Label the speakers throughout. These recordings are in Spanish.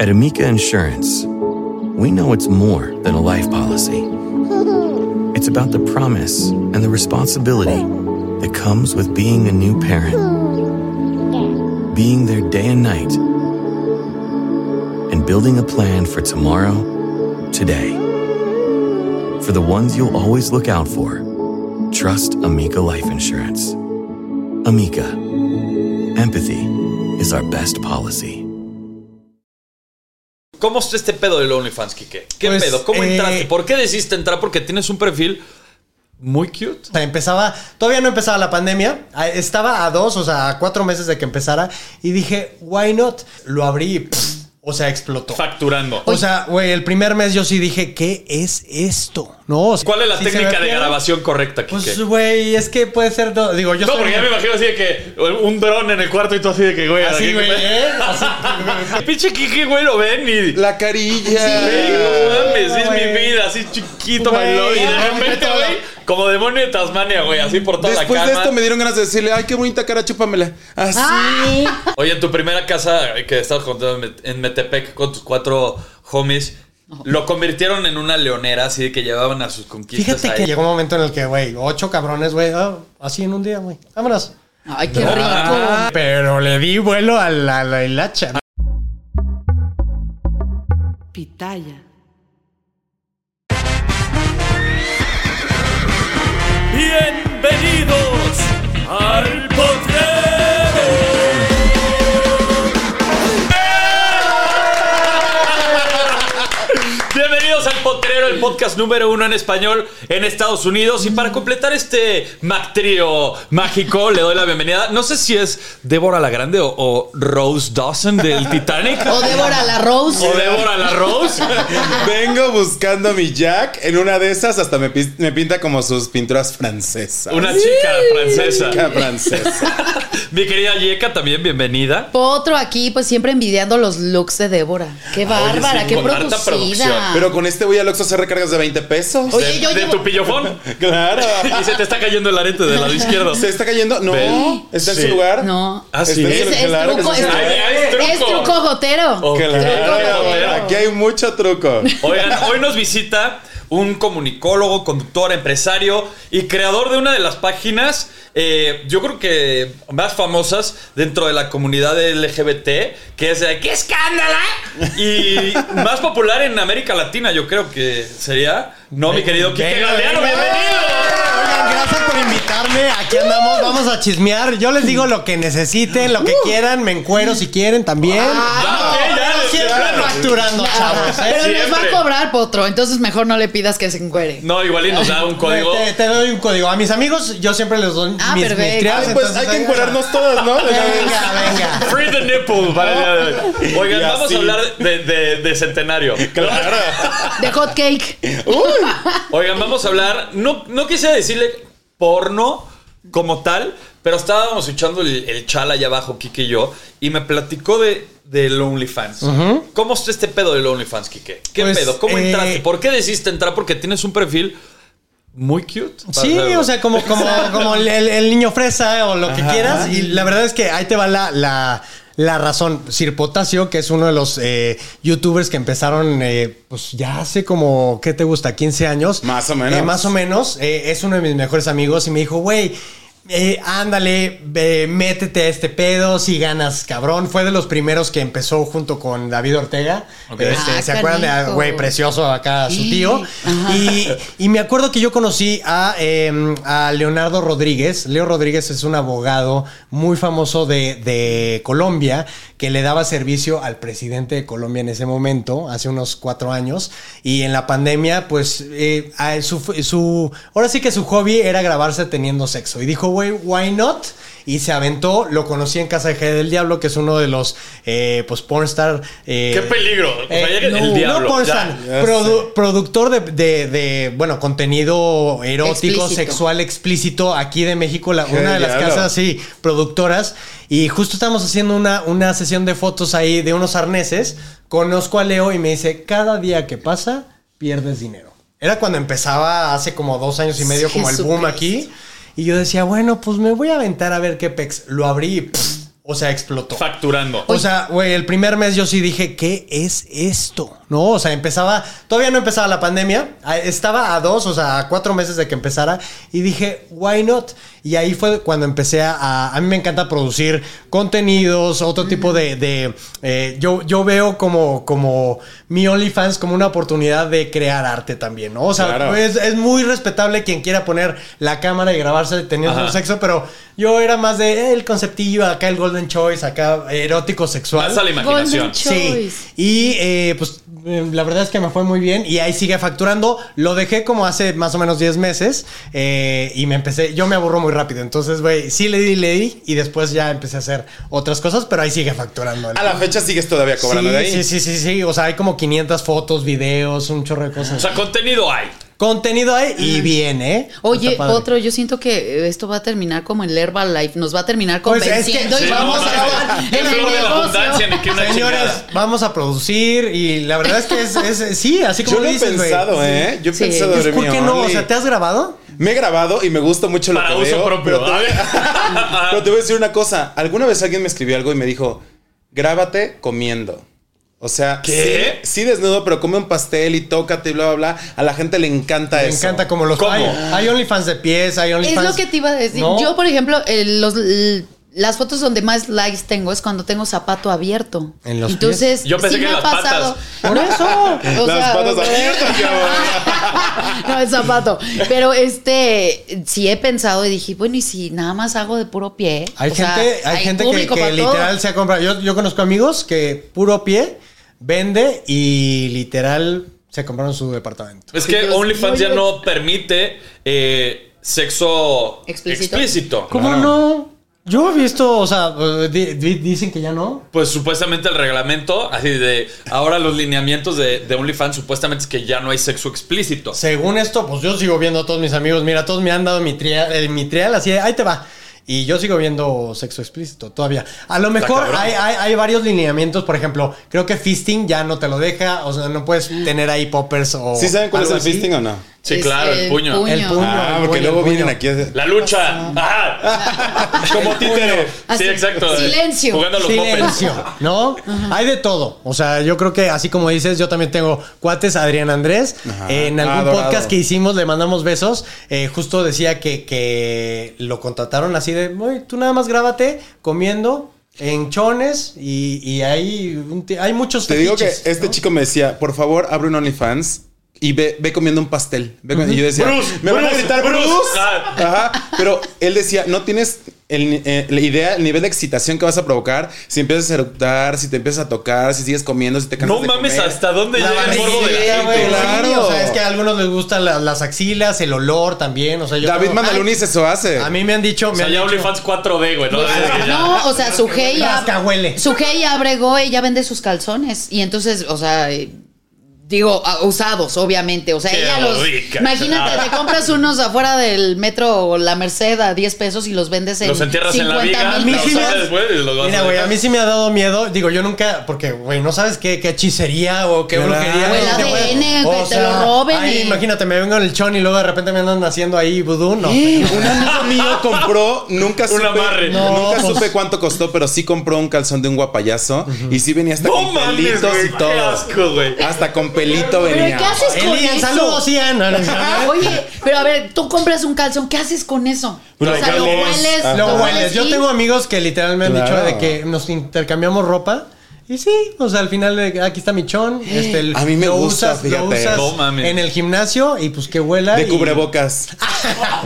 Speaker 1: At Amica Insurance, we know it's more than a life policy. It's about the promise and the responsibility that comes with being a new parent, being there day and night, and building a plan for tomorrow, today. For the ones you'll always look out for, trust Amica Life Insurance. Amica, empathy is our best policy.
Speaker 2: ¿Cómo está este pedo del OnlyFans, Kike? ¿Qué
Speaker 3: Pues,
Speaker 2: pedo? ¿Cómo
Speaker 3: eh,
Speaker 2: entraste? ¿Por qué decidiste entrar? Porque tienes un perfil muy cute.
Speaker 3: O sea, empezaba, todavía no empezaba la pandemia, a- estaba a dos, o sea, a cuatro meses de que empezara, y dije, why not? Lo abrí y, pff, o sea, explotó.
Speaker 2: Facturando.
Speaker 3: O sea, güey, el primer mes yo sí dije, ¿qué es esto? No, o sea,
Speaker 2: ¿Cuál es la
Speaker 3: si se me
Speaker 2: técnica de
Speaker 3: pierde-
Speaker 2: grabación correcta, Kike?
Speaker 3: Pues, güey, es que puede ser. do- Digo, yo
Speaker 4: No,
Speaker 3: soy-
Speaker 4: porque ya me imagino así de que un dron en el cuarto y tú así de que, güey.
Speaker 3: Así,
Speaker 4: aquí-
Speaker 3: güey, ¿eh? Así.
Speaker 2: El pinche Kike, güey, lo ven y.
Speaker 5: La carilla.
Speaker 2: Güey, no mames, es
Speaker 3: güey.
Speaker 2: mi vida, así chiquito,
Speaker 3: Güey,
Speaker 2: my love. Y de
Speaker 3: rompe
Speaker 2: repente,
Speaker 3: todo.
Speaker 2: güey, como demonio de Tasmania, güey, así por toda
Speaker 5: Después
Speaker 2: la
Speaker 5: de
Speaker 2: cama.
Speaker 5: esto me dieron ganas de decirle, ay, qué bonita cara, chúpamela. Así.
Speaker 2: Oye, en tu primera casa que estabas contando en Met- en Metepec con tus cuatro homies, lo convirtieron en una leonera, así de que llevaban a sus conquistas
Speaker 3: Fíjate
Speaker 2: Pues ahí.
Speaker 3: que llegó un momento en el que, güey, ocho cabrones, güey, ah, así en un día, güey. Vámonos.
Speaker 6: Ay, qué
Speaker 2: Ah.
Speaker 6: rico.
Speaker 3: Pero le di vuelo a la, a la hilacha. ¿no?
Speaker 6: Pitaya.
Speaker 2: Bienvenidos al potrero. Bienvenidos al Potrero, el podcast número uno en español en Estados Unidos. Y para completar este Mactrío mágico, le doy la bienvenida. No sé si es Débora la Grande o, o Rose Dawson del Titanic.
Speaker 6: O Oh, Débora la Rose.
Speaker 2: O Débora la Rose.
Speaker 5: Vengo buscando a mi Jack. En una de esas hasta me, pis- me pinta como sus pinturas francesas.
Speaker 2: Una chica francesa.
Speaker 5: chica francesa.
Speaker 2: Mi querida Yeka, también bienvenida.
Speaker 6: Potro aquí, pues siempre envidiando los looks de Débora. Qué bárbara,
Speaker 2: sí,
Speaker 6: qué
Speaker 2: con harta
Speaker 6: producida.
Speaker 2: producción.
Speaker 5: Pero con este voy al Oxxo a hacer recargas de 20 pesos.
Speaker 6: Oye,
Speaker 2: de
Speaker 6: yo
Speaker 2: de
Speaker 6: llevo-
Speaker 2: tu pillofón.
Speaker 5: Claro.
Speaker 2: Y se te está cayendo el arete del lado izquierdo.
Speaker 5: ¿Se está cayendo? No.
Speaker 2: Ven.
Speaker 5: ¿Está en
Speaker 2: Sí.
Speaker 5: su lugar?
Speaker 6: No.
Speaker 2: Ah,
Speaker 5: Está
Speaker 2: sí.
Speaker 5: en su-
Speaker 6: Es, es
Speaker 5: claro que
Speaker 6: truco,
Speaker 5: sí.
Speaker 6: es,
Speaker 2: Ay, ay, es truco. Oh,
Speaker 6: es truco gotero.
Speaker 2: Ok.
Speaker 5: Claro,
Speaker 6: Truco gotero.
Speaker 5: Aquí hay mucho truco.
Speaker 2: Oigan, hoy nos visita un comunicólogo, conductor, empresario y creador de una de las páginas, eh, yo creo que más famosas dentro de la comunidad LGBT, que es de ¡Qué escándala! Y más popular en América Latina, yo creo que sería. No, mi querido Quique
Speaker 3: Venga,
Speaker 2: Galeano,
Speaker 3: venga.
Speaker 2: bienvenido.
Speaker 3: Oigan, gracias por invitarme. Aquí andamos, vamos a chismear. Yo les digo lo que necesiten, lo que quieran. Me encuero si quieren también.
Speaker 2: Uh. Ah, ok, ya,
Speaker 3: Pero
Speaker 2: de
Speaker 3: siempre
Speaker 2: plano.
Speaker 3: facturando, chavos. ¿eh?
Speaker 6: Pero nos va
Speaker 2: Siempre.
Speaker 6: a cobrar, Potro. Entonces mejor no le pidas que se encuere.
Speaker 2: No, igual y nos da un código.
Speaker 3: Te, te doy un código. A mis amigos yo siempre les doy
Speaker 6: Ah,
Speaker 3: mis, mis
Speaker 6: perfecto.
Speaker 3: trials,
Speaker 5: Ay, pues
Speaker 3: entonces,
Speaker 5: hay que
Speaker 3: venga.
Speaker 5: encuadrarnos todas, ¿no? De una vez.
Speaker 3: Venga, venga.
Speaker 2: Free the nipple para el día de hoy. Oigan,
Speaker 5: Y
Speaker 2: vamos
Speaker 5: así.
Speaker 2: a hablar de, de- de centenario.
Speaker 5: Claro.
Speaker 6: De hot cake.
Speaker 2: Oigan, vamos a hablar. No, no quise decirle porno como tal, pero estábamos echando el, el chal allá abajo, Kike y yo, y me platicó de, del OnlyFans. ¿Cómo está este pedo del OnlyFans, Kike? ¿Qué
Speaker 3: Pues,
Speaker 2: pedo? ¿Cómo
Speaker 3: eh,
Speaker 2: entraste? ¿Por qué decidiste entrar? Porque tienes un perfil muy cute. para
Speaker 3: Sí,
Speaker 2: hacerlo.
Speaker 3: o sea, como, como, como el, el- el niño fresa eh, o lo que quieras. Y la verdad es que ahí te va la, la, la razón. Sir Potasio, que es uno de los eh, youtubers que empezaron eh, pues ya hace como, ¿qué te gusta? 15 años.
Speaker 5: Más o menos.
Speaker 3: Eh, más o menos. eh, es uno de mis mejores amigos y me dijo, güey. eh, ándale, ve, métete a este pedo si ganas, cabrón. Fue de los primeros que empezó junto con David Ortega. Este,
Speaker 6: Ah,
Speaker 3: ¿Se acuerdan de, ah,
Speaker 6: canijo.
Speaker 3: güey, precioso acá su
Speaker 6: Sí.
Speaker 3: tío?
Speaker 6: Ajá.
Speaker 3: Y, y me acuerdo que yo conocí a, eh, a Leonardo Rodríguez. Leo Rodríguez es un abogado muy famoso de, de Colombia que le daba servicio al presidente de Colombia en ese momento, hace unos cuatro años. Y en la pandemia, pues, eh, a- su, su- ahora sí que su hobby era grabarse teniendo sexo. Y dijo, güey, why not? Y se aventó, lo conocí en Casa de G del Diablo, que es uno de los, eh, pues, pornstar. eh,
Speaker 2: Qué peligro. O sea, ya
Speaker 3: eh,
Speaker 2: que- el diablo.
Speaker 3: no
Speaker 2: ya.
Speaker 3: pornstar,
Speaker 5: ya
Speaker 3: produ- productor de, de- de, bueno, contenido erótico,
Speaker 6: Explícito.
Speaker 3: sexual explícito aquí de México, la- una de las
Speaker 5: diablo.
Speaker 3: casas, sí, productoras. Y justo estamos haciendo una, una sesión de fotos ahí de unos arneses. Conozco a Leo y me dice, cada día que pasa, pierdes dinero. Era cuando empezaba hace como dos años y medio como el boom
Speaker 6: Jesucristo.
Speaker 3: aquí. Y yo decía, bueno, pues me voy a aventar a ver qué pex. Lo abrí y, pff, o sea, explotó.
Speaker 2: Facturando.
Speaker 3: O sea, güey, el primer mes yo sí dije, ¿qué es esto? No, o sea, empezaba, todavía no empezaba la pandemia, a- estaba a dos, o sea, a cuatro meses de que empezara, y dije, ¿why not? Y ahí fue cuando empecé a, a, a mí me encanta producir contenidos, otro tipo de, de, eh, yo, yo veo como, como mi OnlyFans como una oportunidad de crear arte también, ¿no? O sea,
Speaker 5: Claro.
Speaker 3: es, es muy respetable quien quiera poner la cámara y grabarse teniendo
Speaker 2: Ajá.
Speaker 3: sexo, pero yo era más de eh, el conceptillo, acá el Golden Choice, acá erótico sexual.
Speaker 2: Más a la imaginación.
Speaker 6: Golden
Speaker 3: Sí,
Speaker 6: Choice.
Speaker 3: y eh, pues eh, la verdad es que me fue muy bien y ahí sigue facturando. Lo dejé como hace más o menos 10 meses eh, y me empecé, yo me aburro muy rápido. Entonces, güey, sí le di, le di y después ya empecé a hacer otras cosas, pero ahí sigue facturando.
Speaker 5: A la fecha sigues todavía cobrando
Speaker 3: sí,
Speaker 5: de ahí.
Speaker 3: sí, sí, sí, sí. O sea, hay como 500 fotos, videos, un chorro de cosas.
Speaker 2: O sea, contenido hay.
Speaker 3: Contenido ahí y bien, ¿eh?
Speaker 6: Oye,
Speaker 3: Está padre.
Speaker 6: otro, yo siento que esto va a terminar como el Herbalife, nos va a terminar
Speaker 3: Pues, es
Speaker 6: convenciendo
Speaker 3: que-
Speaker 6: y
Speaker 3: sí,
Speaker 6: vamos
Speaker 3: no,
Speaker 6: a estar
Speaker 2: El
Speaker 6: en el
Speaker 2: flor de la abundancia,
Speaker 6: negocio.
Speaker 2: ni que una
Speaker 3: Señores,
Speaker 2: chingada.
Speaker 3: vamos a producir y la verdad es que es, es- sí, así como
Speaker 5: Yo lo he
Speaker 3: dices, güey.
Speaker 5: pensado, ¿eh? Yo he
Speaker 6: Sí.
Speaker 5: pensado
Speaker 3: Pues,
Speaker 5: sobre
Speaker 3: ¿Por
Speaker 5: mi
Speaker 3: qué no? O
Speaker 5: Only.
Speaker 3: sea, ¿te has grabado?
Speaker 5: Me he grabado y me gusta mucho lo
Speaker 2: Para
Speaker 5: que
Speaker 2: uso
Speaker 5: veo,
Speaker 2: propio.
Speaker 5: Pero te,
Speaker 2: A ver.
Speaker 5: pero te voy a decir una cosa. Alguna vez alguien me escribió algo y me dijo, grábate comiendo. O sea,
Speaker 2: ¿Qué?
Speaker 5: Sí, sí desnudo, pero come un pastel y tócate y bla, bla, bla. A la gente le encanta
Speaker 3: Me
Speaker 5: eso.
Speaker 3: encanta como los
Speaker 2: ¿Cómo?
Speaker 3: hay, hay OnlyFans de pies, hay
Speaker 6: Es
Speaker 3: OnlyFans.
Speaker 6: lo que te iba a decir.
Speaker 3: ¿No?
Speaker 6: Yo, por ejemplo, eh, los, l- las fotos donde más likes tengo es cuando tengo zapato abierto.
Speaker 3: En los
Speaker 6: Entonces,
Speaker 2: Yo pensé
Speaker 6: sí
Speaker 2: que en
Speaker 6: me ha
Speaker 2: las
Speaker 6: pasado.
Speaker 3: Por eso.
Speaker 6: O
Speaker 5: Las
Speaker 6: sea,
Speaker 5: patas abiertas, cabrón.
Speaker 6: no, el zapato. Pero este, sí he pensado y dije, bueno, y si nada más hago de puro pie.
Speaker 3: Hay
Speaker 6: O sea,
Speaker 3: gente, hay gente que,
Speaker 6: público
Speaker 3: que
Speaker 6: para todo.
Speaker 3: literal se ha comprado. Yo, yo conozco amigos que puro pie vende y literal se compraron su departamento.
Speaker 2: Es que
Speaker 6: Dios
Speaker 2: OnlyFans
Speaker 6: mío,
Speaker 2: ya
Speaker 6: yo-
Speaker 2: no permite eh, sexo
Speaker 6: ¿Explícito?
Speaker 2: explícito.
Speaker 3: ¿Cómo no? Yo he visto, o sea, eh, di- di- dicen que ya no.
Speaker 2: Pues supuestamente el reglamento, así de ahora los lineamientos de, de OnlyFans supuestamente es que ya no hay sexo explícito.
Speaker 3: Según esto, pues yo sigo viendo a todos mis amigos. Mira, todos me han dado mi trial, eh, mi trial así, de, ahí te va. Y yo sigo viendo sexo explícito todavía. A lo mejor
Speaker 2: cabrón.
Speaker 3: hay, hay- hay varios lineamientos. Por ejemplo, creo que fisting ya no te lo deja. O sea, no puedes tener ahí poppers o.
Speaker 5: ¿Sí saben cuál es
Speaker 3: algo
Speaker 5: el
Speaker 3: así.
Speaker 5: fisting o no?
Speaker 2: Sí,
Speaker 6: Es
Speaker 2: claro, el puño.
Speaker 3: El puño.
Speaker 5: Ah,
Speaker 3: el
Speaker 5: porque
Speaker 3: puño,
Speaker 5: luego
Speaker 3: el puño.
Speaker 5: vienen aquí. a-
Speaker 2: La lucha. Ajá. Como títere.
Speaker 6: Ah, Así.
Speaker 2: Sí, exacto.
Speaker 6: Silencio.
Speaker 2: Jugando a los
Speaker 3: Silencio,
Speaker 2: mopeds.
Speaker 3: ¿no? Hay de todo. O sea, yo creo que así como dices, yo también tengo cuates, Adrián Andrés.
Speaker 5: Ajá.
Speaker 3: Eh, en algún
Speaker 5: Ah, dorado.
Speaker 3: podcast que hicimos, le mandamos besos. eh, justo decía que, que lo contrataron así de, "Oye, tú nada más grábate comiendo en chones y, y hay, un ti- hay muchos
Speaker 5: Te digo que
Speaker 3: fetiches,
Speaker 5: este
Speaker 3: ¿no?
Speaker 5: chico me decía, por favor, abre un OnlyFans y ve, ve comiendo un pastel. Ve comiendo- Y yo decía,
Speaker 2: Bruce,
Speaker 5: me van a
Speaker 2: Bruce,
Speaker 5: gritar
Speaker 2: Bruce".
Speaker 5: Bruce.
Speaker 2: Ah.
Speaker 5: Ajá. Pero él decía, no tienes el ni- eh, la idea, el nivel de excitación que vas a provocar si empiezas a eructar, si te empiezas a tocar, si sigues comiendo, si te cansas
Speaker 2: No
Speaker 5: de
Speaker 2: mames,
Speaker 5: comer.
Speaker 2: ¿hasta dónde
Speaker 3: La
Speaker 2: llega el morbo de
Speaker 3: vanidad,
Speaker 2: la
Speaker 3: güey,
Speaker 2: gente?
Speaker 5: güey.
Speaker 3: sí,
Speaker 5: Claro.
Speaker 3: o sea, es que a algunos les gustan la- las axilas, el olor también. O sea, yo
Speaker 5: David
Speaker 3: creo-
Speaker 5: Mandalunis eso hace.
Speaker 3: A mí me han dicho.
Speaker 2: O
Speaker 3: Me
Speaker 2: sea,
Speaker 3: han
Speaker 2: ya
Speaker 3: dicho-
Speaker 2: OnlyFans 4D, güey. ¿no? Es que ya-
Speaker 6: No, o sea, su gay
Speaker 3: Rascahuele.
Speaker 6: Su gay Abrego, ella vende sus calzones. Y entonces, o sea, eh, digo, a- usados, obviamente. O sea,
Speaker 2: Qué
Speaker 6: ella los.
Speaker 2: rica.
Speaker 6: Imagínate, te compras unos afuera del metro o la Merced a 10 pesos y los vendes en.
Speaker 2: Los entierras en la viga,
Speaker 6: mil
Speaker 3: mí
Speaker 2: los
Speaker 3: sí
Speaker 6: pesos.
Speaker 3: me ha-
Speaker 2: sacas, güey, y los vas
Speaker 3: Mira,
Speaker 2: a
Speaker 3: güey, a
Speaker 2: dejar.
Speaker 3: mí sí me ha dado miedo. Digo, yo nunca, porque, güey, no sabes qué, qué hechicería o qué
Speaker 5: Claro.
Speaker 3: brujería.
Speaker 5: O el
Speaker 3: no te puede-
Speaker 6: ADN,
Speaker 3: o
Speaker 6: que te lo roben
Speaker 3: ahí,
Speaker 6: y-
Speaker 3: imagínate, me vengo en el chon y luego de repente me andan haciendo ahí vudú. No,
Speaker 5: Un amigo mío compró, nunca
Speaker 2: Un
Speaker 5: supe,
Speaker 2: amarre.
Speaker 3: No,
Speaker 5: nunca
Speaker 3: pues-
Speaker 5: supe cuánto costó, pero sí compró un calzón de un guapayazo y sí venía hasta
Speaker 2: No
Speaker 5: con
Speaker 2: mames,
Speaker 5: pelitos
Speaker 2: güey.
Speaker 5: y
Speaker 2: Qué
Speaker 5: todo.
Speaker 2: asco, güey.
Speaker 5: Hasta con pelito
Speaker 6: ¿Pero
Speaker 5: venía.
Speaker 6: qué haces con
Speaker 3: Elian,
Speaker 6: eso?
Speaker 3: saludos, Ian. No, no, no.
Speaker 6: Oye, pero a ver, tú compras un calzón, ¿qué haces con eso?
Speaker 5: Lo
Speaker 6: o sea, lo
Speaker 5: hueles.
Speaker 6: hueles.
Speaker 5: Ajá.
Speaker 3: Lo
Speaker 5: Ajá.
Speaker 3: hueles. Yo
Speaker 6: y-
Speaker 3: tengo amigos que literalmente me han dicho
Speaker 5: Claro.
Speaker 3: de que nos intercambiamos ropa. Y sí, o sea, al final de- aquí está mi chon. Este, el-
Speaker 5: A mí me
Speaker 3: lo
Speaker 5: gusta,
Speaker 3: usas, lo
Speaker 5: fíjate.
Speaker 3: usas
Speaker 2: No mames.
Speaker 3: en el gimnasio y pues que huela.
Speaker 5: De
Speaker 3: y- Ah,
Speaker 5: cubrebocas.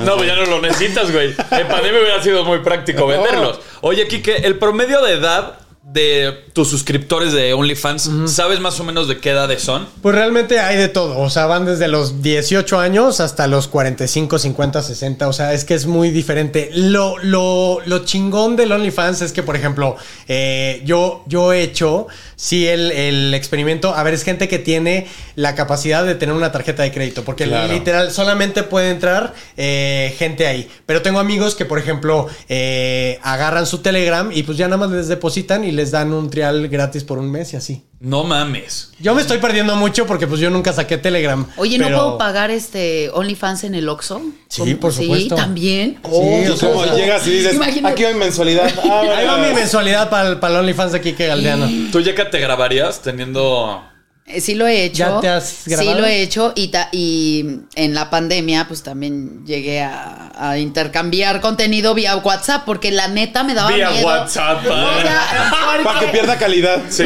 Speaker 2: No, pues ya no lo necesitas, güey. En pandemia hubiera sido muy práctico venderlos. Oye, Kike, el promedio de edad de tus suscriptores de OnlyFans, ¿sabes más o menos de qué edades son?
Speaker 3: Pues realmente hay de todo, o sea, van desde los 18 años hasta los 45, 50, 60, o sea, es que es muy diferente. Lo, lo, lo chingón del OnlyFans es que, por ejemplo, eh, yo, yo he hecho, sí, el, el experimento, a ver, es gente que tiene la capacidad de tener una tarjeta de crédito, porque
Speaker 5: Claro.
Speaker 3: literal solamente puede entrar eh, gente ahí, pero tengo amigos que, por ejemplo, eh, agarran su Telegram y pues ya nada más les depositan y y les dan un trial gratis por un mes y así.
Speaker 2: No mames.
Speaker 3: Yo me estoy perdiendo mucho porque pues yo nunca saqué Telegram.
Speaker 6: Oye, ¿no
Speaker 3: pero-
Speaker 6: puedo pagar este OnlyFans en el Oxxo?
Speaker 3: Sí,
Speaker 6: ¿Cómo?
Speaker 3: por supuesto.
Speaker 6: Sí, también.
Speaker 3: Sí, o
Speaker 5: Tú
Speaker 3: sea,
Speaker 5: como llegas y dices,
Speaker 6: Imagínate.
Speaker 5: aquí va mi mensualidad. Ah,
Speaker 3: Ahí va
Speaker 5: bueno.
Speaker 3: mi mensualidad para el OnlyFans de Kike Galdeano.
Speaker 2: ¿Tú, Yeka, te grabarías teniendo.
Speaker 6: Eh, Sí lo he hecho.
Speaker 3: ¿Ya te has grabado?
Speaker 6: Sí lo he hecho y, ta- y en la pandemia pues también llegué a, a intercambiar contenido vía WhatsApp porque la neta me daba
Speaker 2: Vía
Speaker 6: miedo.
Speaker 2: WhatsApp,
Speaker 6: No,
Speaker 2: ah.
Speaker 6: ya, porque-
Speaker 5: Para que pierda calidad.
Speaker 3: No,
Speaker 6: Sí.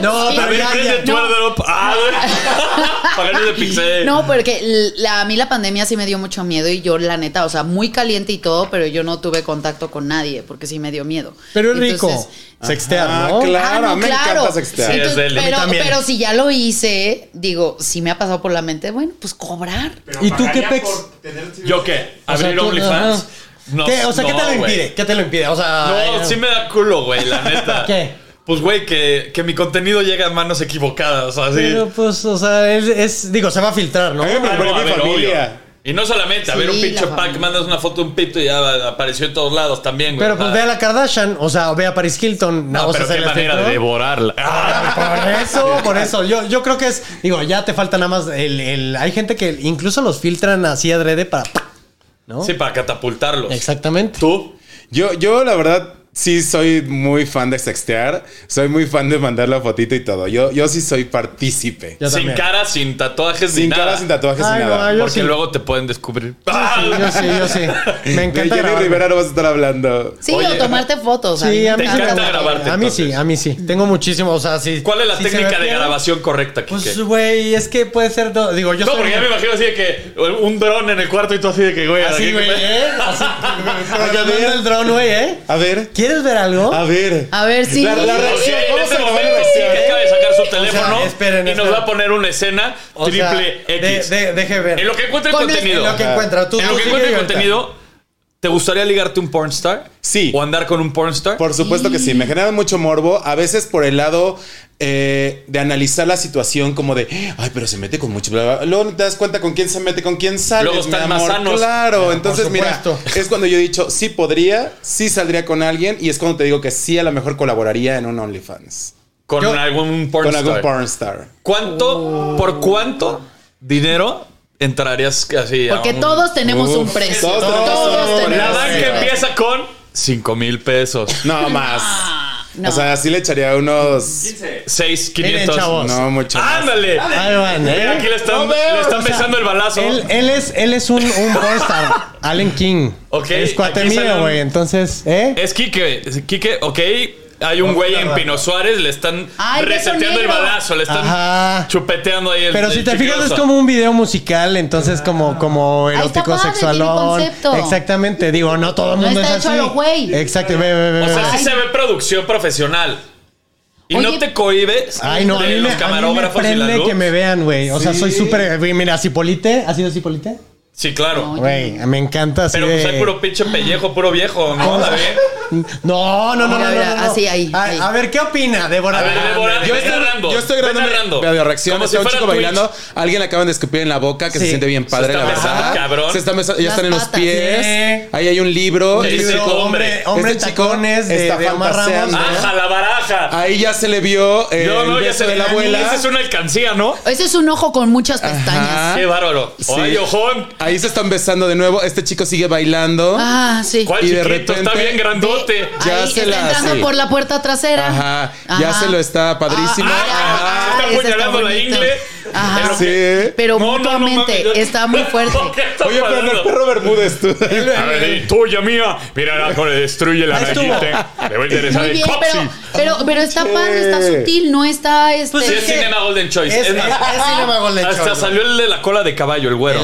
Speaker 3: pero
Speaker 2: Abrir
Speaker 3: ya,
Speaker 2: frente
Speaker 3: ya-
Speaker 2: a tu airdrop. Ah, güey. Pagarle de pixel.
Speaker 6: No, porque l- la- a mí la pandemia sí me dio mucho miedo y yo la neta, o sea, muy caliente y todo, pero yo no tuve contacto con nadie porque sí me dio miedo.
Speaker 3: Pero es rico.
Speaker 6: Entonces,
Speaker 5: Ah,
Speaker 3: Sextear, ¿no?
Speaker 5: claro.
Speaker 6: Ah, no,
Speaker 5: me encanta sextear.
Speaker 2: Sí, es
Speaker 6: Entonces,
Speaker 2: de él. A mí
Speaker 6: pero,
Speaker 3: también.
Speaker 6: pero si ya lo hice, digo, si me ha pasado por la mente, bueno, pues cobrar.
Speaker 3: ¿Y tú qué pex?
Speaker 2: ¿Yo qué?
Speaker 3: O sea,
Speaker 2: ¿Abrir
Speaker 3: tú-
Speaker 2: OnlyFans?
Speaker 3: ajá. ¿Qué? O sea, ¿qué te lo
Speaker 2: güey.
Speaker 3: impide? ¿Qué te lo impide? O sea, eh,
Speaker 2: No,
Speaker 3: ay,
Speaker 2: sí me da culo, güey, la neta.
Speaker 3: ¿Qué?
Speaker 2: Pues, güey, que, que mi contenido llega a manos equivocadas, así.
Speaker 3: Pero pues, o sea, es, es- digo, se va a filtrar, ¿no?
Speaker 5: A mí me
Speaker 2: Ah,
Speaker 5: preocupa
Speaker 2: no, a
Speaker 5: mi
Speaker 2: ver,
Speaker 5: familia.
Speaker 2: obvio. Y no solamente, a
Speaker 6: Sí,
Speaker 2: ver un
Speaker 6: la
Speaker 2: pinche pack,
Speaker 6: familia.
Speaker 2: mandas una foto de un pito y ya apareció en todos lados también, güey.
Speaker 3: Pero pues
Speaker 2: Ah.
Speaker 3: ve a la Kardashian, o sea, o ve a Paris Hilton.
Speaker 2: No,
Speaker 3: vamos a
Speaker 2: pero qué
Speaker 3: hacerle
Speaker 2: manera
Speaker 3: filtro.
Speaker 2: de devorarla.
Speaker 3: Ah, Por eso, por eso. Yo, yo creo que es, digo, ya te falta nada más el, el- hay gente que incluso los filtran así adrede para, ¿no?
Speaker 2: Sí, para catapultarlos.
Speaker 3: Exactamente.
Speaker 2: ¿Tú?
Speaker 5: Yo, yo la verdad, sí soy muy fan de sextear. Soy muy fan de mandar la fotito y todo. Yo, yo sí soy partícipe.
Speaker 3: Yo
Speaker 2: sin
Speaker 3: también.
Speaker 2: cara, sin tatuajes,
Speaker 5: Sin
Speaker 2: ni
Speaker 5: cara,
Speaker 2: nada.
Speaker 5: sin tatuajes,
Speaker 3: Ay,
Speaker 5: sin
Speaker 3: no,
Speaker 5: nada.
Speaker 3: ay, yo
Speaker 2: Porque
Speaker 3: sí.
Speaker 2: luego te pueden descubrir. Ah.
Speaker 3: Sí, yo sí, yo sí. Me
Speaker 5: De
Speaker 3: encanta
Speaker 5: Jenny
Speaker 3: grabarme.
Speaker 5: Rivera no vas a estar hablando.
Speaker 6: Sí,
Speaker 2: Oye.
Speaker 6: o tomarte fotos.
Speaker 3: Sí, a mí
Speaker 2: Te
Speaker 3: sí me
Speaker 2: encanta
Speaker 3: gusta.
Speaker 2: grabarte,
Speaker 3: A mí sí,
Speaker 2: entonces.
Speaker 3: a mí sí. Tengo muchísimo, o sea, sí.
Speaker 2: ¿Cuál es la
Speaker 3: si se me
Speaker 2: técnica de
Speaker 3: pierde,
Speaker 2: grabación correcta, Kike?
Speaker 3: Pues, güey, es que puede ser, do- digo, yo
Speaker 4: No,
Speaker 3: soy-
Speaker 4: porque ya me imagino así de que un dron en el cuarto y tú así de que, güey.
Speaker 3: Así,
Speaker 4: aquí-
Speaker 3: güey, ¿eh? Así, programando
Speaker 5: ver.
Speaker 3: el drone, güey, ¿eh?
Speaker 5: A ver,
Speaker 3: ¿Quieres ver algo?
Speaker 5: a ver.
Speaker 6: A ver si.
Speaker 5: La- la
Speaker 2: O sea, en
Speaker 5: ¿Cómo
Speaker 2: este
Speaker 5: se llama la
Speaker 2: momento
Speaker 5: versión,
Speaker 2: Kike
Speaker 5: eh?
Speaker 2: acaba de sacar su teléfono
Speaker 3: esperen,
Speaker 2: y nos
Speaker 3: esperen.
Speaker 2: va a poner una escena
Speaker 3: O sea,
Speaker 2: triple X.
Speaker 3: de- de- deje ver.
Speaker 2: En lo que encuentre el
Speaker 6: Con el-
Speaker 2: contenido.
Speaker 3: En lo que encuentra. Tú,
Speaker 2: En lo
Speaker 3: tú
Speaker 2: que
Speaker 3: sigue
Speaker 2: encuentre el
Speaker 3: y ahorita.
Speaker 2: contenido, ¿te gustaría ligarte un pornstar?
Speaker 5: Sí.
Speaker 2: ¿O andar con un pornstar?
Speaker 5: Por supuesto que sí, me genera mucho morbo, a veces por el lado eh, de analizar la situación como de, ay, pero se mete con mucho, bla, bla, bla". luego no te das cuenta con quién se mete, con quién sale.
Speaker 2: Luego están más sanos. Ah,
Speaker 5: Claro, entonces
Speaker 3: por
Speaker 5: mira,
Speaker 3: supuesto.
Speaker 5: es cuando yo he dicho, sí podría, sí saldría con alguien y es cuando te digo que sí a lo mejor colaboraría en un OnlyFans.
Speaker 2: Con
Speaker 3: Yo-
Speaker 2: algún
Speaker 5: Con
Speaker 2: pornstar.
Speaker 5: algún pornstar.
Speaker 6: Oh.
Speaker 2: ¿Cuánto, por cuánto dinero entrarías así? a
Speaker 6: Porque
Speaker 2: un-
Speaker 6: todos tenemos
Speaker 5: Uf,
Speaker 6: un precio.
Speaker 5: todos
Speaker 6: Todos,
Speaker 5: tenemos un
Speaker 2: La
Speaker 6: tenemos
Speaker 5: precio.
Speaker 6: un
Speaker 2: banca
Speaker 5: Sí.
Speaker 6: precio.
Speaker 2: empieza con 5 mil pesos.
Speaker 5: No más.
Speaker 6: No.
Speaker 5: O sea, sí le echaría unos...
Speaker 2: 6,
Speaker 3: Eh, Miren,
Speaker 2: 500.
Speaker 3: chavos.
Speaker 5: No, mucho más.
Speaker 2: ¡Ándale!
Speaker 3: Ahí van, ¿eh?
Speaker 2: Eh, Aquí le están, le están besando el balazo.
Speaker 3: Él, él es, él es un, un pornstar, Allen King.
Speaker 2: Ok,
Speaker 3: Es cuate
Speaker 2: aquí sale
Speaker 3: mío,
Speaker 2: un-
Speaker 3: güey. Entonces, ¿eh?
Speaker 2: Es Quique, es Quique, ok. Hay un güey en Pino Suárez, le están
Speaker 6: Ay, beso
Speaker 2: reseteando el
Speaker 6: negro.
Speaker 2: balazo, le están
Speaker 3: Ajá.
Speaker 2: chupeteando ahí el Ah.
Speaker 3: Pero
Speaker 2: el
Speaker 3: si te fijas es
Speaker 2: chiquioso.
Speaker 3: como un video musical, entonces como, como erótico
Speaker 6: padre,
Speaker 3: sexualón.
Speaker 6: tiene concepto.
Speaker 3: Exactamente, digo, no todo el
Speaker 6: No
Speaker 3: mundo
Speaker 6: está
Speaker 3: es
Speaker 6: hecho a
Speaker 3: así.
Speaker 6: lo güey.
Speaker 3: Exacto, ve, ve, ve,
Speaker 2: O sea,
Speaker 3: ve.
Speaker 2: sí se ve producción profesional. Y no
Speaker 6: Oye.
Speaker 2: te cohibes
Speaker 3: Ay, no, a mí,
Speaker 2: de
Speaker 3: me,
Speaker 2: los
Speaker 3: a mí me
Speaker 2: camarógrafos y la
Speaker 3: prende
Speaker 2: luz.
Speaker 3: que me vean, güey. O sea, soy súper. güey, Mira, Cipolite, ¿has sido Cipolite?
Speaker 2: Sí, claro.
Speaker 6: No,
Speaker 3: Güey, me encanta así
Speaker 2: Pero pues
Speaker 3: de-
Speaker 2: hay puro pinche pellejo, puro viejo, ¿no? La ve.
Speaker 3: No, no, no, no, no,
Speaker 6: Mira, mira,
Speaker 3: no, no.
Speaker 6: así, ahí,
Speaker 3: A,
Speaker 6: ahí.
Speaker 3: a ver, ¿qué opina, Débora?
Speaker 2: A ver, Débora,
Speaker 5: Yo
Speaker 2: ve
Speaker 5: estoy,
Speaker 2: narrando,
Speaker 5: yo estoy
Speaker 2: ve
Speaker 5: grabando
Speaker 2: narrando.
Speaker 5: mi- mi reacción.
Speaker 2: Como si
Speaker 5: Está un
Speaker 2: fuera
Speaker 5: chico
Speaker 2: Twitch.
Speaker 5: bailando. Alguien le acaban de escupir en la boca que
Speaker 3: Sí.
Speaker 5: se siente bien
Speaker 2: Se
Speaker 5: padre,
Speaker 2: está
Speaker 5: la
Speaker 2: besando,
Speaker 5: verdad.
Speaker 2: cabrón.
Speaker 5: Se está besando, ya
Speaker 6: Las
Speaker 5: están en los
Speaker 6: patas.
Speaker 5: pies.
Speaker 3: Sí.
Speaker 5: Ahí hay un libro.
Speaker 2: Sí,
Speaker 5: Este
Speaker 2: sí.
Speaker 5: chico-
Speaker 3: hombre,
Speaker 2: hombre,
Speaker 3: hombre
Speaker 5: este
Speaker 3: en
Speaker 5: chico
Speaker 3: tacones de,
Speaker 5: está
Speaker 3: de Omar Ramos. Ah,
Speaker 5: fantaseando.
Speaker 2: ¡Aja, la baraja!
Speaker 5: Ahí ya se le vio Ah, eh, el
Speaker 2: Yo no, ya
Speaker 5: beso
Speaker 2: se
Speaker 5: de la
Speaker 2: Esa
Speaker 5: abuela.
Speaker 2: es una alcancía, ¿no?
Speaker 6: Ese es un ojo con muchas pestañas.
Speaker 5: Ajá.
Speaker 2: ¡Qué bárbaro!
Speaker 5: Sí.
Speaker 2: ¡Ay, ojón!
Speaker 5: Ahí se están besando de nuevo. Este chico sigue bailando.
Speaker 6: Ah, sí.
Speaker 2: ¿Cuál
Speaker 5: Y de
Speaker 2: chiquito? Está
Speaker 5: repente-
Speaker 2: bien grandote.
Speaker 5: Ya
Speaker 6: Ahí
Speaker 5: se
Speaker 6: está
Speaker 5: la-
Speaker 6: entrando
Speaker 5: sí.
Speaker 6: por la puerta trasera.
Speaker 5: Ajá. Ya
Speaker 6: Ajá.
Speaker 5: se lo está padrísimo.
Speaker 6: Ah,
Speaker 2: Ah,
Speaker 6: ah,
Speaker 2: se está
Speaker 6: ese
Speaker 2: apuñalando la
Speaker 6: bonito.
Speaker 2: ingle.
Speaker 6: Ajá.
Speaker 5: Pero que-
Speaker 6: Pero
Speaker 2: No, no, no, mames,
Speaker 6: mutuamente
Speaker 2: yo-
Speaker 6: está muy fuerte.
Speaker 2: ¿Qué está
Speaker 5: Oye, pero no
Speaker 2: pasando?
Speaker 5: es perro Bermúdez tú.
Speaker 2: A ver, y tuya mía. Mira, el alcohol le destruye la
Speaker 3: Ahí estuvo.
Speaker 2: nariz. Le voy a interesar
Speaker 6: Muy
Speaker 2: el
Speaker 6: bien, pero,
Speaker 2: coxis.
Speaker 6: pero, pero está padre, está sutil, no está este.
Speaker 3: Pues
Speaker 2: Sí, es
Speaker 3: que-
Speaker 2: Cinema Golden Choice.
Speaker 3: Es,
Speaker 2: Es más,
Speaker 3: es- es Cinema Golden
Speaker 2: Hasta
Speaker 3: Choice,
Speaker 2: salió el de la cola de caballo, el güero.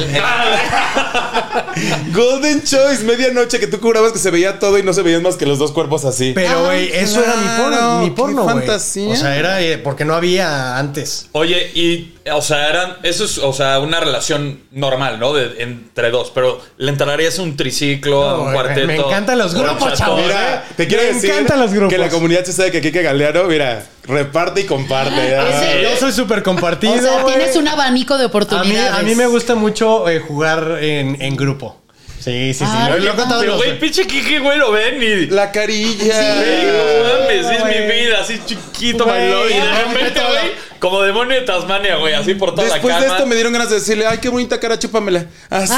Speaker 5: Golden Choice, medianoche que tú curabas que se veía todo y no se veían más que los dos cuerpos así.
Speaker 3: Pero,
Speaker 6: Ah,
Speaker 3: güey, eso era mi porno,
Speaker 5: claro,
Speaker 3: mi
Speaker 5: qué
Speaker 3: porno, güey.
Speaker 5: fantasía.
Speaker 3: O sea, era eh, porque no había antes.
Speaker 2: Oye, y, o sea, eran, eso es, o sea, una relación normal, ¿no? De- entre dos, pero le entrarías un triciclo, a
Speaker 3: No,
Speaker 2: un
Speaker 3: me-
Speaker 2: cuarteto.
Speaker 3: me encantan los
Speaker 2: a un
Speaker 3: grupos,
Speaker 2: chatón.
Speaker 3: chavos.
Speaker 5: Mira, te quiero
Speaker 3: Me
Speaker 5: decir
Speaker 3: encantan los grupos.
Speaker 5: que la comunidad se sabe que Kike Galeano, mira, reparte y comparte. ya.
Speaker 6: Ese-
Speaker 3: Yo soy súper compartido.
Speaker 6: o sea,
Speaker 3: güey.
Speaker 6: tienes un abanico de
Speaker 3: a mí,
Speaker 6: oportunidades.
Speaker 3: a mí me gusta mucho eh, jugar en, en grupo. Sí, sí, sí.
Speaker 6: Ah,
Speaker 3: lo, lo he contado en
Speaker 2: Pero,
Speaker 3: los-
Speaker 2: güey, pinche Kike, güey, lo ven y.
Speaker 5: La carilla.
Speaker 2: Güey, no mames, es mi
Speaker 3: güey.
Speaker 2: vida, así chiquito,
Speaker 3: Güey,
Speaker 2: my love. Y de
Speaker 3: ah,
Speaker 2: repente,
Speaker 3: todo.
Speaker 2: güey, como demonio de Tasmania, güey, así por toda
Speaker 5: Después
Speaker 2: la
Speaker 5: de
Speaker 2: cama.
Speaker 5: esto me dieron ganas de decirle, ay, qué bonita cara, chúpamela. Ah, Así.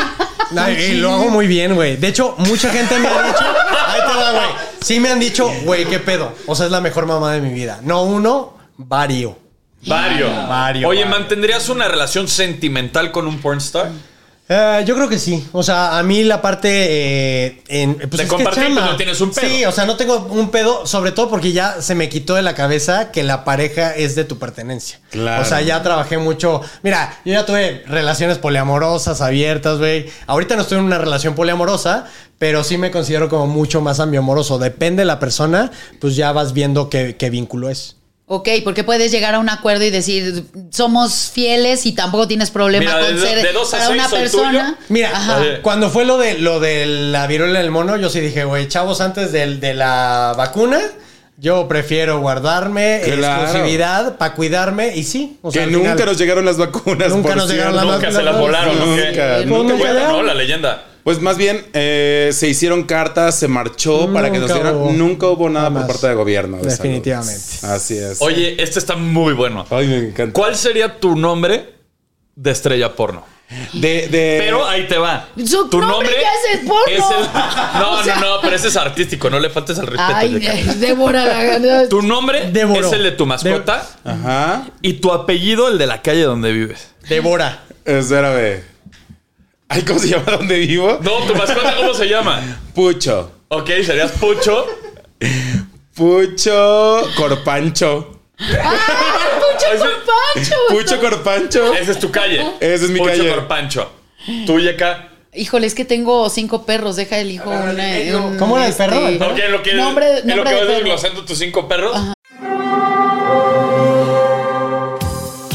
Speaker 6: Ah.
Speaker 3: No, y lo hago muy bien, güey. De hecho, mucha gente me ha dicho. Ahí te va, güey. Sí me han dicho, güey, qué pedo. O sea, es la mejor mamá de mi vida. No uno, vario.
Speaker 2: Vario.
Speaker 3: Vario,
Speaker 2: Oye,
Speaker 3: vario.
Speaker 2: ¿mantendrías una relación sentimental con un pornstar?
Speaker 3: Eh, yo creo que sí. O sea, a mí la parte. eh, en, pues
Speaker 2: De
Speaker 3: es que
Speaker 2: compartir,
Speaker 3: chama.
Speaker 2: pues no tienes un pedo.
Speaker 3: Sí, o sea, no tengo un pedo, sobre todo porque ya se me quitó de la cabeza que la pareja es de tu pertenencia.
Speaker 5: Claro.
Speaker 3: O sea, ya trabajé mucho. Mira, yo ya tuve relaciones poliamorosas, abiertas, güey. Ahorita no estoy en una relación poliamorosa, pero sí me considero como mucho más ambiamoroso. Depende de la persona, pues ya vas viendo qué, qué vínculo es.
Speaker 6: Ok, porque puedes llegar a un acuerdo y decir, somos fieles y tampoco tienes problema
Speaker 2: Mira,
Speaker 6: con
Speaker 2: de-
Speaker 6: ser
Speaker 2: de dos a
Speaker 6: para
Speaker 2: seis
Speaker 6: una
Speaker 2: soy
Speaker 6: persona.
Speaker 2: tuyo.
Speaker 3: Mira,
Speaker 6: Ajá.
Speaker 2: Oye.
Speaker 3: cuando fue lo de lo de la viruela del mono, yo sí dije, güey, chavos, antes del- de, la vacuna, yo prefiero guardarme
Speaker 5: Claro.
Speaker 3: exclusividad para cuidarme y sí. o sea,
Speaker 5: que
Speaker 3: al
Speaker 5: nunca
Speaker 3: final-
Speaker 5: nos llegaron las vacunas.
Speaker 3: Nunca
Speaker 5: por
Speaker 3: nos llegaron
Speaker 5: cierto.
Speaker 3: las
Speaker 2: Nunca se las
Speaker 3: Ah, no,
Speaker 2: volaron, ¿o qué?
Speaker 5: Nunca,
Speaker 3: Pues
Speaker 5: nunca.
Speaker 3: nunca
Speaker 2: Bueno,
Speaker 3: llegaron.
Speaker 2: no, la leyenda.
Speaker 5: Pues más bien eh, se hicieron cartas, se marchó para que nos
Speaker 3: Nunca
Speaker 5: dieran.
Speaker 3: hubo.
Speaker 5: nunca hubo nada
Speaker 3: Jamás.
Speaker 5: por parte del gobierno. de salud.
Speaker 3: Definitivamente.
Speaker 5: Así es.
Speaker 2: Oye, este está muy bueno.
Speaker 5: Ay, me encanta.
Speaker 2: ¿Cuál sería tu nombre de estrella porno?
Speaker 5: De, de-
Speaker 2: Pero ahí te va.
Speaker 6: Su
Speaker 2: tu
Speaker 6: nombre ya es el porno.
Speaker 2: el- no,
Speaker 6: O sea-
Speaker 2: no, no, pero ese es artístico, no le faltes al respeto.
Speaker 6: Ay,
Speaker 2: Yeka.
Speaker 6: de- Débora la ganó.
Speaker 2: tu nombre
Speaker 3: Devoró.
Speaker 2: es el de tu mascota
Speaker 5: Ajá.
Speaker 2: y tu apellido el de la calle donde vives.
Speaker 3: Devora.
Speaker 5: Espérame. Ay, ¿cómo se llama donde vivo?
Speaker 2: No, tu mascota, ¿cómo se llama?
Speaker 5: Pucho.
Speaker 2: Ok, serías Pucho.
Speaker 5: Pucho Corpancho.
Speaker 6: Pucho
Speaker 2: Ese-
Speaker 6: Corpancho.
Speaker 5: Pucho Corpancho.
Speaker 2: Esa es tu calle.
Speaker 5: Esa es mi
Speaker 2: Pucho
Speaker 5: calle.
Speaker 2: por Pancho. Tú, Yeka.
Speaker 6: Híjole, es que tengo cinco perros. Deja el hijo una- un- este,
Speaker 3: ¿Cómo era el perro? ¿El perro?
Speaker 2: Ok, en lo que,
Speaker 6: nombre,
Speaker 2: en lo
Speaker 6: nombre
Speaker 2: que vas
Speaker 6: de perro.
Speaker 2: desglosando tus cinco perros.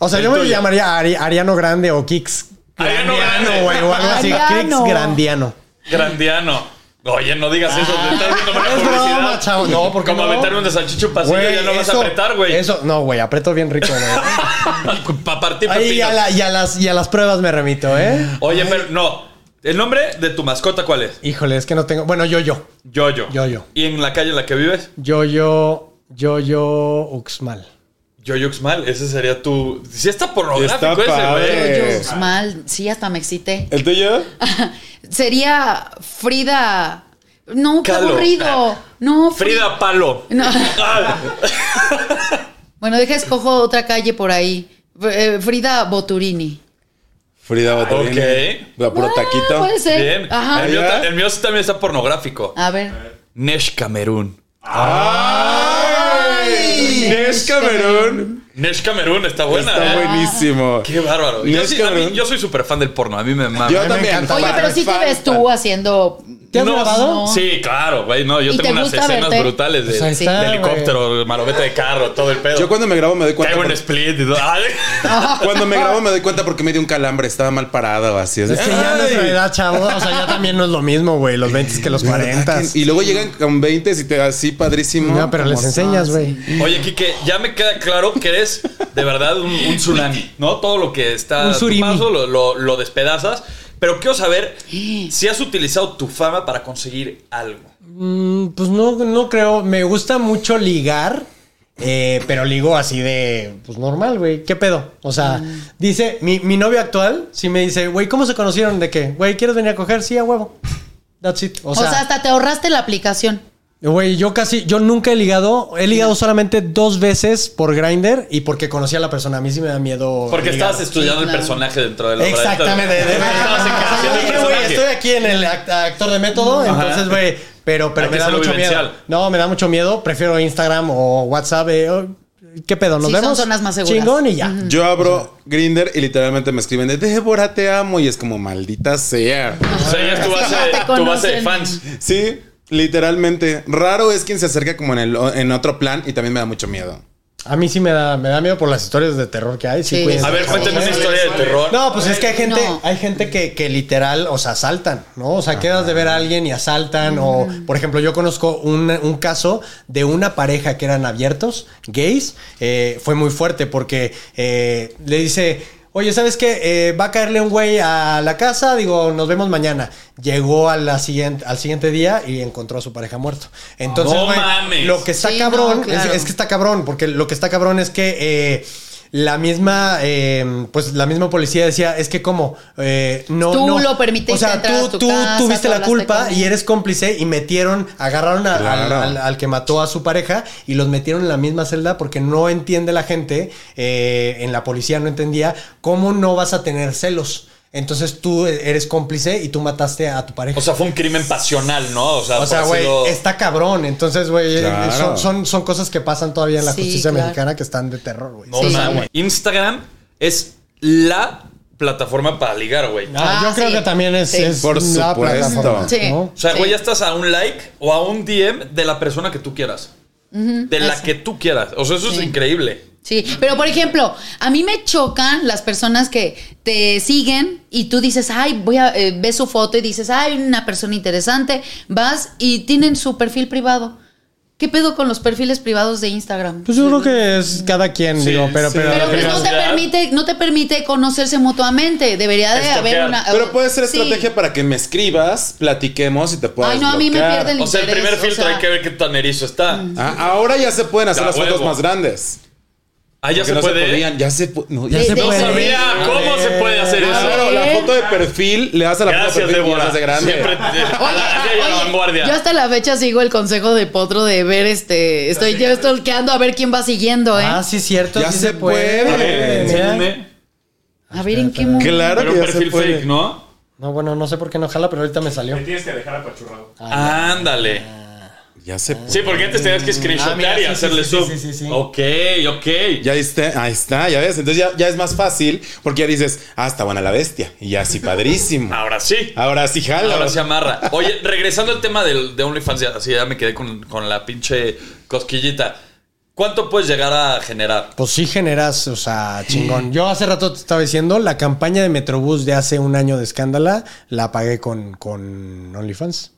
Speaker 3: O sea, yo me llamaría Ari- Ariano Grande o Kix.
Speaker 2: Ariano Grande.
Speaker 3: güey, o algo así.
Speaker 6: Ariano.
Speaker 3: Kix Grandiano.
Speaker 2: Grandiano. Oye, no digas eso. Te estás haciendo mala
Speaker 3: Ah, Es
Speaker 2: publicidad.
Speaker 3: broma, chavo. No, ¿por qué
Speaker 2: Como
Speaker 3: no?
Speaker 2: aventar un de salchicho pasillo
Speaker 3: Güey,
Speaker 2: ya no vas a
Speaker 3: eso-
Speaker 2: apretar, güey.
Speaker 3: Eso, no, güey, aprieto bien rico, güey.
Speaker 2: Para partir
Speaker 3: Ahí y
Speaker 2: pepino.
Speaker 3: a, la- y a las, y a las pruebas me remito, ¿eh?
Speaker 2: Oye, pero no. ¿El nombre de tu mascota cuál es?
Speaker 3: Híjole, es que no tengo. Bueno, yo, yo.
Speaker 2: Yoyo.
Speaker 3: Yoyo.
Speaker 2: ¿Y en la calle en la que vives?
Speaker 3: Yoyo, Yoyo Uxmal.
Speaker 2: Yoyo Xmal. Ese sería tu... Sí está pornográfico
Speaker 5: Está
Speaker 2: ese, güey.
Speaker 5: padre.
Speaker 6: Yo,
Speaker 2: Eh.
Speaker 6: Mal, sí, hasta me excité.
Speaker 5: ¿El tuyo?
Speaker 6: Sería Frida. No, qué
Speaker 2: Kahlo.
Speaker 6: aburrido. No, Fri-
Speaker 2: Frida Palo.
Speaker 6: No.
Speaker 2: Ah,
Speaker 6: Bueno, deja escojo otra calle por ahí. Eh, Frida Boturini.
Speaker 5: Frida Botelín.
Speaker 2: Ok.
Speaker 5: La puro taquito.
Speaker 6: Ah, puede ser.
Speaker 2: Bien.
Speaker 6: Ajá.
Speaker 2: El mío,
Speaker 5: Ahí va.
Speaker 2: ta- el mío sí también está pornográfico.
Speaker 6: A ver.
Speaker 2: Nesh Camerún.
Speaker 5: ¡Ay! Nesh Camerún.
Speaker 2: Nesh Camerún está buena.
Speaker 5: Está
Speaker 2: ¿eh?
Speaker 5: buenísimo.
Speaker 2: Qué bárbaro. Yo,
Speaker 5: Nesh
Speaker 2: sí- a mí-
Speaker 5: Camerún.
Speaker 2: yo soy súper fan del porno. A mí me mama.
Speaker 5: Yo
Speaker 3: mí me
Speaker 5: también.
Speaker 3: encanta.
Speaker 6: Oye,
Speaker 5: Fan,
Speaker 6: pero sí te
Speaker 5: fan,
Speaker 6: ves
Speaker 5: fan.
Speaker 6: tú haciendo.
Speaker 3: ¿Te has
Speaker 2: No,
Speaker 3: grabado?
Speaker 6: no.
Speaker 2: Sí, claro, güey. No, yo
Speaker 6: ¿Y
Speaker 2: tengo
Speaker 6: te
Speaker 2: unas
Speaker 6: gusta
Speaker 2: escenas
Speaker 6: verte?
Speaker 2: brutales de,
Speaker 3: Pues ahí está,
Speaker 2: de
Speaker 3: güey.
Speaker 2: helicóptero, marometa de carro, todo el pedo.
Speaker 5: Yo cuando me grabo me doy cuenta.
Speaker 2: Caigo en
Speaker 5: por-
Speaker 2: split y todo. Ay.
Speaker 5: Cuando me grabo me doy cuenta porque me dio un calambre, estaba mal parado, así es.
Speaker 3: Es que ya
Speaker 5: ¡Ay!
Speaker 3: nuestra edad, chavo. O sea, ya también no es lo mismo, güey. Los 20 que los
Speaker 5: ¿Verdad que-
Speaker 3: 40.
Speaker 5: Y luego llegan con 20 y te así padrísimo.
Speaker 3: No, pero les
Speaker 5: Como-
Speaker 3: enseñas, güey.
Speaker 2: Oye, Kike, ya me queda claro que eres de verdad un, un tsunami, ¿no? Todo lo que está
Speaker 3: Un
Speaker 2: a tu
Speaker 3: surimi.
Speaker 2: paso lo, lo- lo despedazas. Pero quiero saber si has utilizado tu fama para conseguir algo.
Speaker 3: Mm, Pues no, no creo. Me gusta mucho ligar. eh, pero ligo así de, pues normal, güey, ¿qué pedo? O sea, dice, mi, mi novio actual, sí me dice, güey, ¿cómo se conocieron? ¿De qué? Güey, ¿quieres venir a coger? Sí, a huevo. That's it.
Speaker 6: O sea, hasta te ahorraste la aplicación.
Speaker 3: Güey, yo casi, yo nunca he ligado, he ligado solamente dos veces por Grinder y porque conocí a la persona. A mí sí me da miedo.
Speaker 2: Porque
Speaker 3: ligar.
Speaker 2: estabas estudiando el
Speaker 6: claro.
Speaker 2: personaje dentro de la obra.
Speaker 3: Exactamente. de- de- de-
Speaker 2: Estabas encarnando el
Speaker 3: Dije, güey,
Speaker 2: personaje.
Speaker 3: estoy aquí en el act- actor de método, entonces, güey, pero, pero
Speaker 2: Hay
Speaker 3: me
Speaker 2: que
Speaker 3: da
Speaker 2: hacerlo
Speaker 3: mucho miedo.
Speaker 2: vivencial.
Speaker 3: No, me da mucho miedo. Prefiero Instagram o WhatsApp. eh, oh, ¿Qué pedo? ¿Nos
Speaker 6: Sí, son
Speaker 3: vemos?
Speaker 6: zonas más seguras.
Speaker 3: Chingón y ya.
Speaker 6: Mm.
Speaker 5: Yo abro Grinder y literalmente me escriben de Débora, te amo. Y es como, maldita sea.
Speaker 2: O sea, ya es tu
Speaker 6: Sí,
Speaker 2: base,
Speaker 6: no te
Speaker 2: tu base de
Speaker 6: conocen.
Speaker 2: fans.
Speaker 5: Sí, literalmente. Raro es quien se acerca como en, el, en otro plan y también me da mucho miedo.
Speaker 3: A mí sí me da, me da miedo por las historias de terror que hay. Sí,
Speaker 6: Sí.
Speaker 3: cuídense,
Speaker 2: A ver,
Speaker 3: por favor.
Speaker 2: cuéntame una historia de terror.
Speaker 3: No, pues es que hay gente,
Speaker 6: No.
Speaker 3: hay gente que, que literal, o sea, asaltan, ¿no? O sea, quedas de ver a alguien y asaltan. O, por ejemplo, yo conozco un, un caso de una pareja que eran abiertos, gays. eh, fue muy fuerte porque eh, le dice. Oye, ¿sabes qué? Eh, va a caerle un güey a la casa, digo, nos vemos mañana. Llegó a la siguiente, al siguiente día y encontró a su pareja muerto. Entonces,
Speaker 2: No
Speaker 3: güey,
Speaker 2: mames.
Speaker 3: lo que está
Speaker 6: Sí, no,
Speaker 3: cabrón es-
Speaker 6: claro.
Speaker 3: es, que está cabrón, porque lo que está cabrón es que eh, la misma, eh, pues la misma policía decía, es que como, eh, no,
Speaker 6: Tú
Speaker 3: no.
Speaker 6: lo permitiste
Speaker 3: o sea,
Speaker 6: entrar
Speaker 3: tú,
Speaker 6: a tu
Speaker 3: tú
Speaker 6: casa,
Speaker 3: tuviste
Speaker 6: tú
Speaker 3: la
Speaker 6: hablaste
Speaker 3: culpa
Speaker 6: con
Speaker 3: y
Speaker 6: él.
Speaker 3: eres cómplice y metieron, agarraron a-
Speaker 5: Claro.
Speaker 3: al, al- al que mató a su pareja y los metieron en la misma celda porque no entiende la gente, eh, en la policía no entendía cómo no vas a tener celos. Entonces tú eres cómplice y tú mataste a tu pareja.
Speaker 2: O sea, fue un crimen pasional, ¿no? O sea,
Speaker 3: O sea,
Speaker 2: por
Speaker 3: güey,
Speaker 2: decirlo-
Speaker 3: está cabrón. Entonces, güey, eh,
Speaker 5: Claro.
Speaker 3: son, son, son cosas que pasan todavía en la
Speaker 6: Sí,
Speaker 3: justicia
Speaker 6: claro.
Speaker 3: mexicana que están de terror, güey.
Speaker 2: No
Speaker 6: Sí.
Speaker 2: mames. Instagram es la plataforma para ligar, güey.
Speaker 3: Ah, yo
Speaker 6: Ah,
Speaker 3: creo
Speaker 6: sí.
Speaker 3: que también es,
Speaker 6: Sí.
Speaker 3: es la
Speaker 5: Por supuesto.
Speaker 3: plataforma.
Speaker 6: Sí.
Speaker 3: ¿no?
Speaker 2: O sea,
Speaker 6: Sí.
Speaker 2: güey, ya estás a un like o a un DM de la persona que tú quieras. De la que tú quieras. O sea, eso es
Speaker 6: Sí.
Speaker 2: increíble.
Speaker 6: Sí, pero por ejemplo, a mí me chocan las personas que te siguen y tú dices, ay, voy a eh, ves su foto y dices, ay, una persona interesante, vas y tienen su perfil privado. ¿Qué pedo con los perfiles privados de Instagram?
Speaker 3: Pues yo creo que es cada quien,
Speaker 2: Sí,
Speaker 3: digo, pero,
Speaker 5: sí.
Speaker 3: pero,
Speaker 6: pero
Speaker 2: la
Speaker 6: pues no te
Speaker 2: privacidad.
Speaker 6: permite, no te permite conocerse mutuamente. Debería de haber
Speaker 2: Estoquear.
Speaker 6: una.
Speaker 5: Pero puede ser
Speaker 6: Oh, Sí.
Speaker 5: estrategia para que me escribas, platiquemos y te puedas
Speaker 6: Ay, no, a mí me
Speaker 5: bloquear.
Speaker 6: pierde el-
Speaker 2: O sea, el
Speaker 6: Interés,
Speaker 2: primer
Speaker 6: o
Speaker 2: filtro
Speaker 6: sea-
Speaker 2: hay que ver qué tan erizo está.
Speaker 5: Ah, ahora ya se pueden hacer
Speaker 2: Da
Speaker 5: las fotos
Speaker 2: huevo.
Speaker 5: más grandes.
Speaker 2: Ah, ya
Speaker 5: Porque
Speaker 2: se
Speaker 5: no
Speaker 2: puede.
Speaker 5: se podían, ya se, pu- no, ya
Speaker 6: Sí,
Speaker 5: se
Speaker 6: sí.
Speaker 2: no
Speaker 6: puede.
Speaker 2: sabía
Speaker 6: A
Speaker 2: cómo se puede hacer
Speaker 6: este
Speaker 5: Ah,
Speaker 2: eso.
Speaker 5: claro, la foto de
Speaker 6: ¿eh?
Speaker 5: perfil le das a la foto de
Speaker 2: Gracias,
Speaker 5: perfil y
Speaker 2: Débora.
Speaker 5: haces de grande.
Speaker 2: Siempre te- a
Speaker 6: Oye,
Speaker 2: la, a la
Speaker 6: oye,
Speaker 2: vanguardia.
Speaker 6: Yo hasta la fecha sigo el consejo de Potro de ver este. Estoy yo stalkeando a ver quién va siguiendo, ¿eh?
Speaker 3: Ah, sí, cierto.
Speaker 5: Ya
Speaker 3: sí
Speaker 5: se puede.
Speaker 2: A ver,
Speaker 3: Mira.
Speaker 2: enséñame.
Speaker 6: a ver en qué momento.
Speaker 5: Claro
Speaker 2: Pero
Speaker 5: que
Speaker 2: un
Speaker 5: ya se
Speaker 2: perfil
Speaker 5: puede.
Speaker 2: fake, ¿no?
Speaker 3: No, bueno, no sé por qué no jala, pero ahorita me salió.
Speaker 4: tienes que dejar apachurrado.
Speaker 5: Ah,
Speaker 2: Ándale.
Speaker 5: Ya se puede.
Speaker 2: Sí, porque antes tenías que
Speaker 3: Ah, mira,
Speaker 2: screenshotear y
Speaker 3: sí, sí,
Speaker 2: hacerle
Speaker 3: sí, sí,
Speaker 2: zoom.
Speaker 3: sí, sí, sí.
Speaker 2: Ok, ok.
Speaker 5: Ya viste, ahí está, ya ves. Entonces ya, ya es más fácil porque ya dices, ah, está buena la bestia. Y ya sí, padrísimo.
Speaker 2: Ahora sí.
Speaker 5: Ahora sí, jala.
Speaker 2: Ahora se amarra. Oye, regresando al tema del, de OnlyFans, ya- así ya me quedé con, con la pinche cosquillita. ¿Cuánto puedes llegar a generar?
Speaker 3: Pues sí generas, o sea, chingón. Yo hace rato te estaba diciendo, la campaña de Metrobús de hace un año de escándala, la pagué con, con OnlyFans.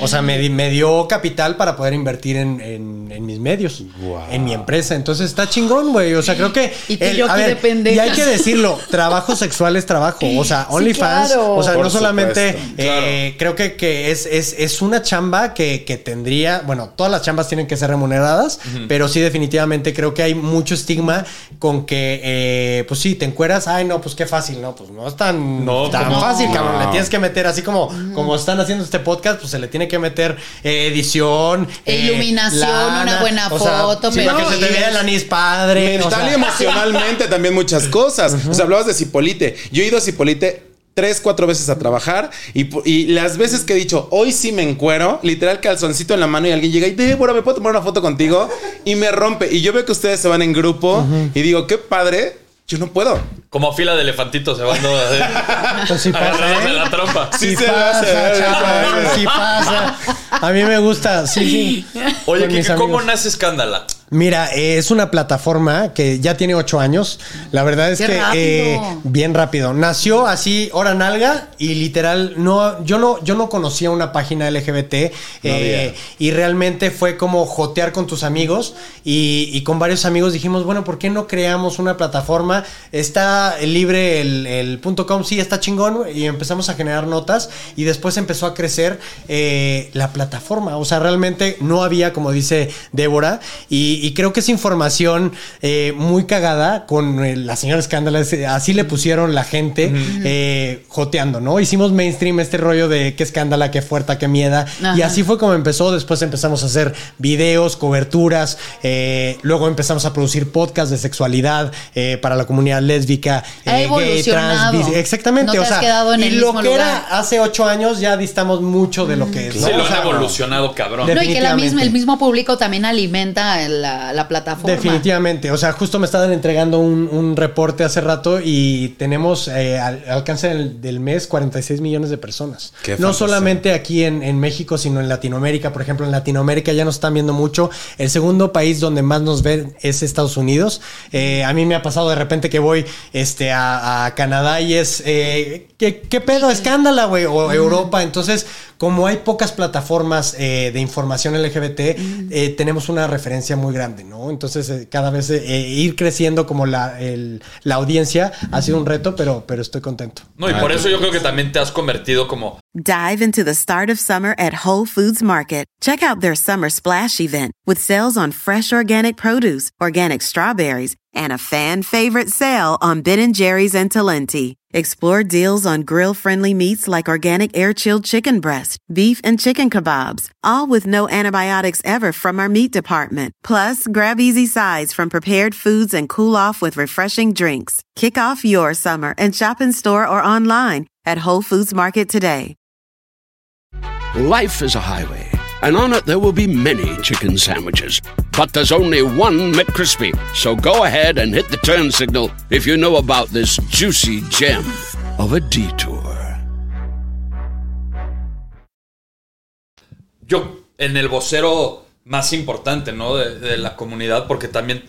Speaker 3: O sea, me, di- me dio capital para poder invertir en, en- en mis medios,
Speaker 5: Guau.
Speaker 3: en mi empresa. Entonces está chingón, güey. O sea, creo que.
Speaker 6: Y tú y yo
Speaker 3: a
Speaker 6: aquí de
Speaker 3: y
Speaker 6: pendejas.
Speaker 3: hay que decirlo: trabajo sexual es trabajo. O sea, OnlyFans.
Speaker 6: claro.
Speaker 3: O sea,
Speaker 5: Por
Speaker 3: no solamente.
Speaker 5: supuesto.
Speaker 3: eh, Creo que, que es, es, es una chamba que, que tendría. Bueno, todas las chambas tienen que ser remuneradas, pero sí, definitivamente creo que hay mucho estigma con que, eh, pues sí, te encueras. Ay, no, pues qué fácil, no, pues no es tan,
Speaker 2: No,
Speaker 3: tan
Speaker 2: ¿cómo?
Speaker 3: fácil, cabrón. Le
Speaker 5: No.
Speaker 3: tienes que meter, así como, como están haciendo este podcast, pues se le tiene que meter eh, edición, eh,
Speaker 6: E Iluminación, una buena
Speaker 3: o sea,
Speaker 6: foto,
Speaker 3: sí, para que
Speaker 6: pero-
Speaker 3: se te vea el anís padre. o
Speaker 5: Mental y
Speaker 3: sea.
Speaker 5: emocionalmente también muchas cosas. O sea, hablabas de Cipolite. Yo he ido a Cipolite tres, cuatro veces a trabajar y, po- y las veces que he dicho, hoy sí me encuero, literal calzoncito en la mano y alguien llega y, Débora, ¿me puedo tomar una foto contigo? Y me rompe. Y yo veo que ustedes se van en grupo y digo, qué padre, yo no puedo.
Speaker 2: Como fila de elefantitos se van todos así,
Speaker 3: Pues sí pasa,
Speaker 2: agarrados de
Speaker 3: ¿eh?
Speaker 2: la trompa.
Speaker 5: Sí,
Speaker 3: Sí
Speaker 5: se hace,
Speaker 3: pasa,
Speaker 5: se
Speaker 3: chava,
Speaker 5: hace.
Speaker 3: sí pasa. A mí me gusta, sí, sí.
Speaker 2: Oye,
Speaker 3: Con mis
Speaker 2: Kike, ¿cómo
Speaker 3: amigos.
Speaker 2: nace Escándala?
Speaker 3: Mira, eh, es una plataforma que ya tiene ocho años. La verdad es
Speaker 6: ¡Qué
Speaker 3: que
Speaker 6: rápido!
Speaker 3: eh, bien rápido. Nació así, hora nalga, y literal, no, yo no, yo no conocía una página LGBT. eh, y realmente fue como jotear con tus amigos. Y, y con varios amigos dijimos, bueno, ¿por qué no creamos una plataforma? Está libre el, el punto .com, sí, está chingón. Y empezamos a generar notas. Y después empezó a crecer eh, la plataforma. O sea, realmente no había, como dice Débora, y y, y creo que es información eh, muy cagada con eh, la señora Escándala. es- Así le pusieron la gente eh, joteando, ¿no? Hicimos mainstream este rollo de qué escándala, qué fuerza, qué mieda. Y
Speaker 6: Ajá.
Speaker 3: así fue como empezó. Después empezamos a hacer videos, coberturas. eh, luego empezamos a producir podcasts de sexualidad eh, para la comunidad lésbica,
Speaker 6: Ha
Speaker 3: eh, gay, trans,
Speaker 6: evolucionado.
Speaker 3: bis- Exactamente.
Speaker 6: No te
Speaker 3: o
Speaker 6: has
Speaker 3: sea,
Speaker 6: quedado en
Speaker 3: y
Speaker 6: el
Speaker 3: lo
Speaker 6: mismo
Speaker 3: que
Speaker 6: lugar.
Speaker 3: era hace ocho años ya distamos mucho de lo que es.
Speaker 2: Sí,
Speaker 3: ¿no?
Speaker 2: Mm, lo
Speaker 3: O sea,
Speaker 2: han evolucionado, cabrón.
Speaker 3: De-
Speaker 6: No, y que la
Speaker 3: Definitivamente.
Speaker 6: misma, el mismo público también alimenta la, la plataforma.
Speaker 3: Definitivamente, o sea, justo me estaban entregando un, un reporte hace rato y tenemos eh, al al alcance del, del mes 46 millones de personas.
Speaker 5: Qué
Speaker 3: no
Speaker 5: fantasía.
Speaker 3: solamente aquí en, en México, sino en Latinoamérica. Por ejemplo, en Latinoamérica ya nos están viendo mucho. El segundo país donde más nos ven es Estados Unidos. Eh, a mí me ha pasado de repente que voy este, a, a Canadá y es, eh, ¿qué, qué pedo? Escándala, güey, o Europa. Entonces, como hay pocas plataformas eh, de información LGBT, eh, tenemos una referencia muy grande, ¿no? Entonces, eh, cada vez eh, eh, ir creciendo como la, el- la audiencia ha sido un reto, pero, pero estoy contento.
Speaker 2: No, y por eso yo creo que también te has convertido como
Speaker 7: Dive into the start of summer at Whole Foods Market. Check out their summer splash event with sales on fresh organic produce, organic strawberries, and a fan favorite sale on Ben and Jerry's and Talenti. Explore deals on grill friendly meats like organic air chilled chicken breast, beef and chicken kebabs, all with no antibiotics ever from our meat department. Plus, grab easy sides from prepared foods and cool off with refreshing drinks. Kick off your summer and shop in store or online at Whole Foods Market today.
Speaker 8: Life is a highway, and on it there will be many chicken sandwiches. But there's only one McCrispy. So go ahead and hit the turn signal if you know about this juicy gem of a detour.
Speaker 2: yo en el vocero más importante, ¿no? De, de la comunidad, porque también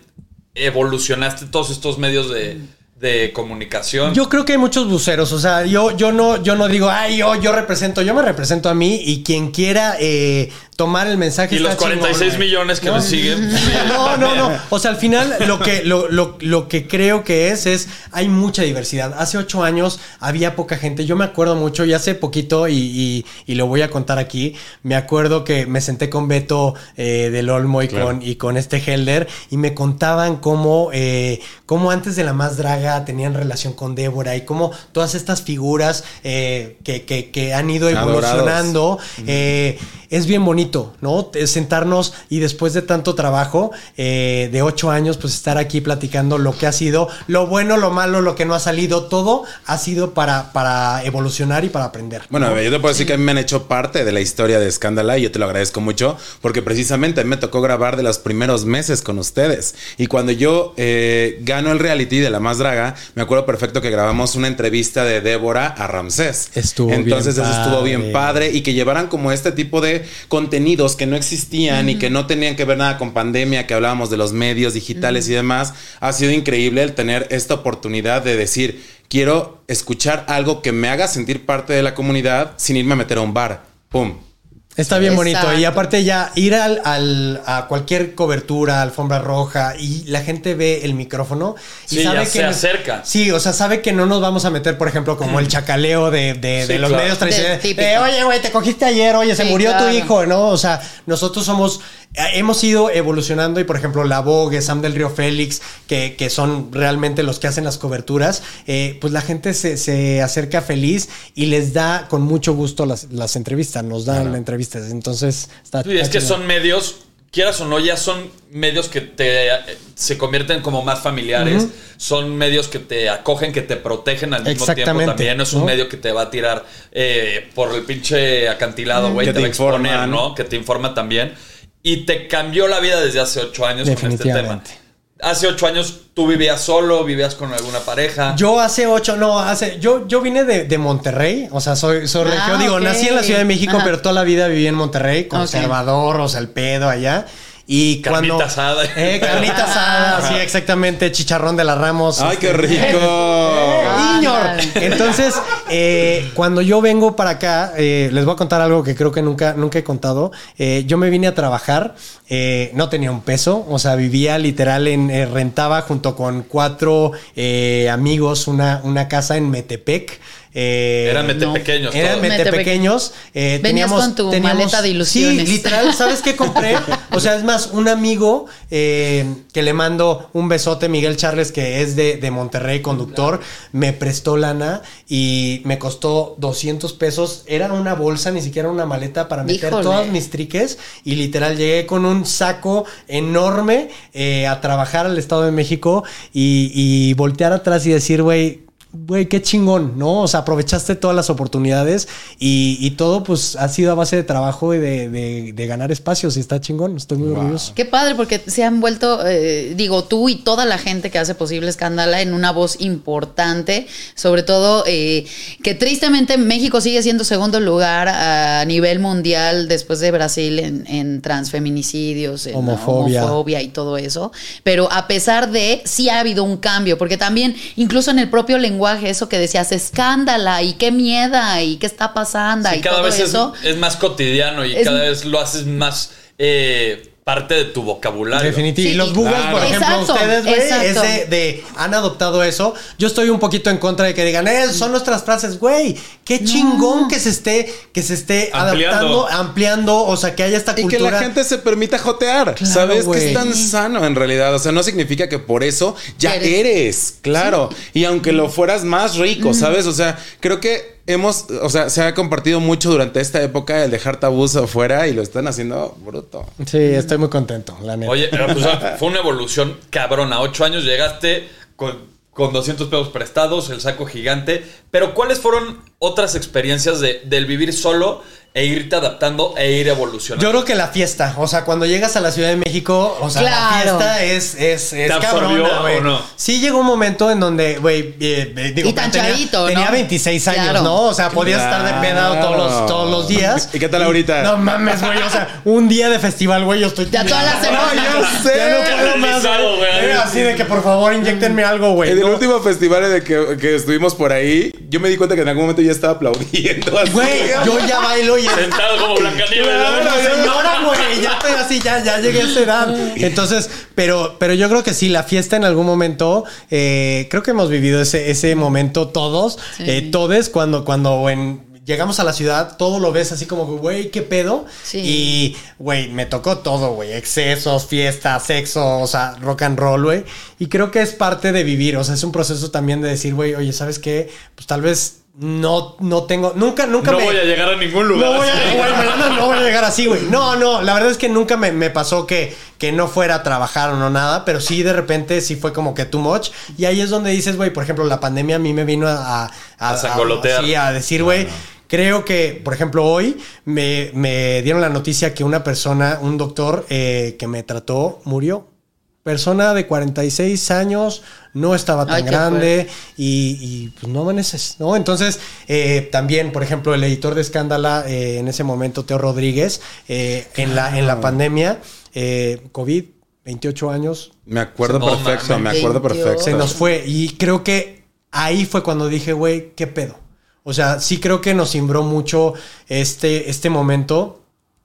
Speaker 2: evolucionaste todos estos medios de, de comunicación.
Speaker 3: Yo creo que hay muchos buceros, o sea, yo, yo no, yo no digo, ay, yo, yo represento, yo me represento a mí y quien quiera eh, tomar el mensaje.
Speaker 2: y los
Speaker 3: está chingón,
Speaker 2: 46
Speaker 3: güey.
Speaker 2: millones que me siguen.
Speaker 3: No, no, no. O sea, al final lo que, lo, lo- lo que creo que es es hay mucha diversidad. Hace ocho años había poca gente. Yo me acuerdo mucho y hace poquito, y, y- y lo voy a contar aquí, me acuerdo que me senté con Beto eh, del Olmo y, con, y con este Helder y me contaban cómo, eh, cómo antes de la más draga tenían relación con Débora y cómo todas estas figuras eh, que, que- que han ido
Speaker 5: Adorados.
Speaker 3: evolucionando trabajando, eh, es bien bonito, ¿no? Te- Sentarnos y después de tanto trabajo, eh, de ocho años, pues estar aquí platicando lo que ha sido, lo bueno, lo malo, lo que no ha salido, todo ha sido para, para evolucionar y para aprender.
Speaker 5: Bueno, yo te puedo decir que a mí me han hecho parte de la historia de Escándala y yo te lo agradezco mucho porque precisamente me tocó grabar de los primeros meses con ustedes. Y cuando yo eh, gano el reality de La Más Draga, me acuerdo perfecto que grabamos una entrevista de Débora a Ramsés.
Speaker 3: Estuvo bien
Speaker 5: Entonces eso estuvo bien
Speaker 3: padre.
Speaker 5: padre y que llevaran como este tipo de contenidos que no existían y que no tenían que ver nada con pandemia, que hablábamos de los medios digitales y demás. Ha sido increíble el tener esta oportunidad de decir quiero escuchar algo que me haga sentir parte de la comunidad sin irme a meter a un bar. ¡Pum!
Speaker 3: Está bien bonito. Y
Speaker 6: Exacto.
Speaker 3: aparte ya ir al, al- a cualquier cobertura, alfombra roja, y la gente ve el micrófono y
Speaker 2: Sí,
Speaker 3: sabe
Speaker 2: ya
Speaker 3: que
Speaker 2: se acerca.
Speaker 3: Sí, o sea, sabe que no nos vamos a meter, por ejemplo, como el chacaleo de, de- de
Speaker 2: Sí,
Speaker 3: los
Speaker 2: claro.
Speaker 3: medios tradicionales.
Speaker 6: Del
Speaker 3: de,
Speaker 6: típico.
Speaker 3: oye, güey, te cogiste ayer, oye, se
Speaker 6: Sí,
Speaker 3: murió tu
Speaker 6: claro.
Speaker 3: hijo, ¿no? O sea, nosotros somos, eh, hemos ido evolucionando y, por ejemplo, La Vogue, Sam del Río Félix, que, que son realmente los que hacen las coberturas, eh, pues la gente se, se acerca feliz y les da con mucho gusto las, las entrevistas, nos dan las entrevistas. Entonces, está...
Speaker 2: Sí, es
Speaker 3: está
Speaker 2: que
Speaker 3: chingón.
Speaker 2: son medios, quieras o no, ya son medios que te eh, se convierten como más familiares. Son medios que te acogen, que te protegen al mismo tiempo
Speaker 3: Exactamente,
Speaker 2: también. No es un
Speaker 3: ¿no?
Speaker 2: medio que te va a tirar eh, por el pinche acantilado, güey.
Speaker 5: Que
Speaker 2: Te,
Speaker 5: te
Speaker 2: va a exponer,
Speaker 5: informa,
Speaker 2: ¿no? Que te informa también. Y te cambió la vida desde hace ocho años con este tema.
Speaker 3: Definitivamente.
Speaker 2: Hace ocho años tú vivías solo, vivías con alguna pareja.
Speaker 3: Yo hace ocho, no, hace, yo, yo vine de, de Monterrey, o sea, soy, soy
Speaker 6: Ah,
Speaker 3: regio, digo,
Speaker 6: ok.
Speaker 3: nací en la Ciudad de México,
Speaker 6: Ajá.
Speaker 3: pero toda la vida viví en Monterrey, conservador, o sea, el pedo allá. Y
Speaker 2: Carnita
Speaker 3: cuando,
Speaker 2: asada.
Speaker 3: Eh, carnita asada, sí, exactamente, chicharrón de la Ramos.
Speaker 5: ¡Ay, qué
Speaker 3: este,
Speaker 5: rico!
Speaker 3: Niñor.
Speaker 6: Ándale.
Speaker 3: Entonces, eh, cuando yo vengo para acá, eh, les voy a contar algo que creo que nunca, nunca he contado. Eh, yo me vine a trabajar, eh, no tenía un peso, o sea, vivía literal en, eh, rentaba junto con cuatro eh, amigos una, una casa en Metepec. eh,
Speaker 2: Eran metepequeños
Speaker 3: Eran
Speaker 2: todos.
Speaker 3: metepequeños. eh,
Speaker 6: Venías
Speaker 3: teníamos,
Speaker 6: con tu
Speaker 3: teníamos-
Speaker 6: maleta de ilusiones.
Speaker 3: Sí, literal, ¿sabes qué compré? O sea, es más, un amigo eh, que le mando un besote, Miguel Charles, que es de, de Monterrey, conductor, me prestó lana y me costó 200 pesos. Era una bolsa, ni siquiera una maleta para meter
Speaker 6: Híjole.
Speaker 3: todas mis triques. Y literal, llegué con un saco enorme eh, a trabajar al Estado de México y, y voltear atrás y decir, güey, Güey, qué chingón, ¿no? O sea, aprovechaste todas las oportunidades y, y todo pues ha sido a base de trabajo y de, de- de ganar espacios y está chingón, estoy muy orgulloso.
Speaker 6: Qué padre, porque se han vuelto, eh, digo, tú y toda la gente que hace posible Escándala en una voz importante, sobre todo eh, que tristemente México sigue siendo segundo lugar a nivel mundial después de Brasil en, en transfeminicidios, en
Speaker 3: Homofobia.
Speaker 6: homofobia y todo eso. Pero a pesar de, sí ha habido un cambio, porque también, incluso en el propio lenguaje, eso que decías, escándala y qué mieda y qué está pasando
Speaker 2: Sí,
Speaker 6: y
Speaker 2: cada
Speaker 6: todo
Speaker 2: vez es-
Speaker 6: eso.
Speaker 2: Es, más cotidiano y
Speaker 6: Es-
Speaker 2: cada vez lo haces más eh, parte de tu vocabulario.
Speaker 3: Definitivo. y los boogers, por ejemplo,
Speaker 6: Exacto,
Speaker 3: ustedes, güey,
Speaker 6: exacto.
Speaker 3: es de, de- han adoptado eso. Yo estoy un poquito en contra de que digan, eh, son nuestras frases, güey, qué chingón que se esté, que se esté
Speaker 2: Ampliando.
Speaker 3: adaptando, ampliando, o sea, que haya esta
Speaker 5: Y
Speaker 3: cultura.
Speaker 5: que la gente se permita jotear.
Speaker 3: Claro,
Speaker 5: ¿Sabes? Que
Speaker 3: güey.
Speaker 5: es tan sano en realidad. O sea, no significa que por eso ya eres. claro. Y aunque lo fueras más rico, ¿sabes? O sea, creo que hemos, o sea, se ha compartido mucho durante esta época el dejar tabús afuera y lo están haciendo bruto.
Speaker 3: Sí, estoy muy contento, la neta.
Speaker 2: Oye, pero, pues, fue una evolución cabrona. Ocho años llegaste con, con 200 pesos prestados, el saco gigante. Pero ¿cuáles fueron otras experiencias de, del vivir solo e irte adaptando e ir evolucionando?
Speaker 3: Yo creo que la fiesta, o sea, cuando llegas a la Ciudad de México, o sea,
Speaker 6: Claro.
Speaker 3: la fiesta es, es, es
Speaker 2: ¿Te absorbió
Speaker 3: cabrona, güey.
Speaker 2: o no?
Speaker 3: Sí llegó un momento en donde, güey, eh, eh, digo,
Speaker 6: Y tan
Speaker 3: tenía,
Speaker 6: chavito, ¿no?
Speaker 3: tenía 26 años,
Speaker 6: Claro.
Speaker 3: ¿no? O sea, podías estar de pedado todos los, todos los días.
Speaker 5: ¿Y qué tal ahorita?
Speaker 3: No mames, güey, o sea, un día de festival, güey, yo estoy...
Speaker 6: Ya toda la semana.
Speaker 5: No, yo sé.
Speaker 3: Ya no puedo más,
Speaker 2: Realizado,
Speaker 3: güey.
Speaker 2: güey.
Speaker 3: Era así de que por favor inyectenme algo, güey.
Speaker 5: En el
Speaker 3: No,
Speaker 5: último festival de que, que estuvimos por ahí, yo me di cuenta que en algún momento ya estaba aplaudiendo. así.
Speaker 3: Güey, yo ya bailo y...
Speaker 2: Sentado como Blancanieves.
Speaker 3: Claro, señora, güey, ya estoy así, ya, ya llegué a esa edad. Entonces, pero, pero yo creo que sí, la fiesta en algún momento, eh, creo que hemos vivido ese, ese momento todos,
Speaker 6: Sí.
Speaker 3: eh, todes, cuando, cuando en- Llegamos a la ciudad, todo lo ves así como, güey, qué pedo.
Speaker 6: Sí.
Speaker 3: Y, güey, me tocó todo, güey. Excesos, fiestas, sexo, o sea, rock and roll, güey. Y creo que es parte de vivir, o sea, es un proceso también de decir, güey, oye, ¿sabes qué? Pues tal vez no, no tengo, nunca, nunca
Speaker 2: no
Speaker 3: me...
Speaker 2: voy a llegar a ningún
Speaker 3: No
Speaker 2: lugar.
Speaker 3: voy, a, güey, me la- no, no voy a llegar así, güey. No, no, la verdad es que nunca me, me pasó que, que no fuera a trabajar o no nada, pero sí de repente sí fue como que too much. Y ahí es donde dices, güey, por ejemplo, la pandemia a mí me vino a... A, a-
Speaker 2: sangolotear.
Speaker 3: sí, a decir, güey... Creo que, por ejemplo, hoy me, me dieron la noticia que una persona, un doctor eh, que me trató, murió. Persona de 46 años, no estaba tan
Speaker 6: Ay, qué
Speaker 3: grande, y, y, pues no amaneces, ¿no? Entonces, eh, también, por ejemplo, el editor de Escándala eh, en ese momento, Teo Rodríguez, eh, en, la, en la pandemia, eh, COVID, 28 años,
Speaker 5: Me acuerdo
Speaker 2: No
Speaker 5: perfecto, me
Speaker 6: mames.
Speaker 5: acuerdo perfecto.
Speaker 3: se nos fue. Y creo que ahí fue cuando dije, güey, qué pedo. O sea, sí creo que nos cimbró mucho este, este momento.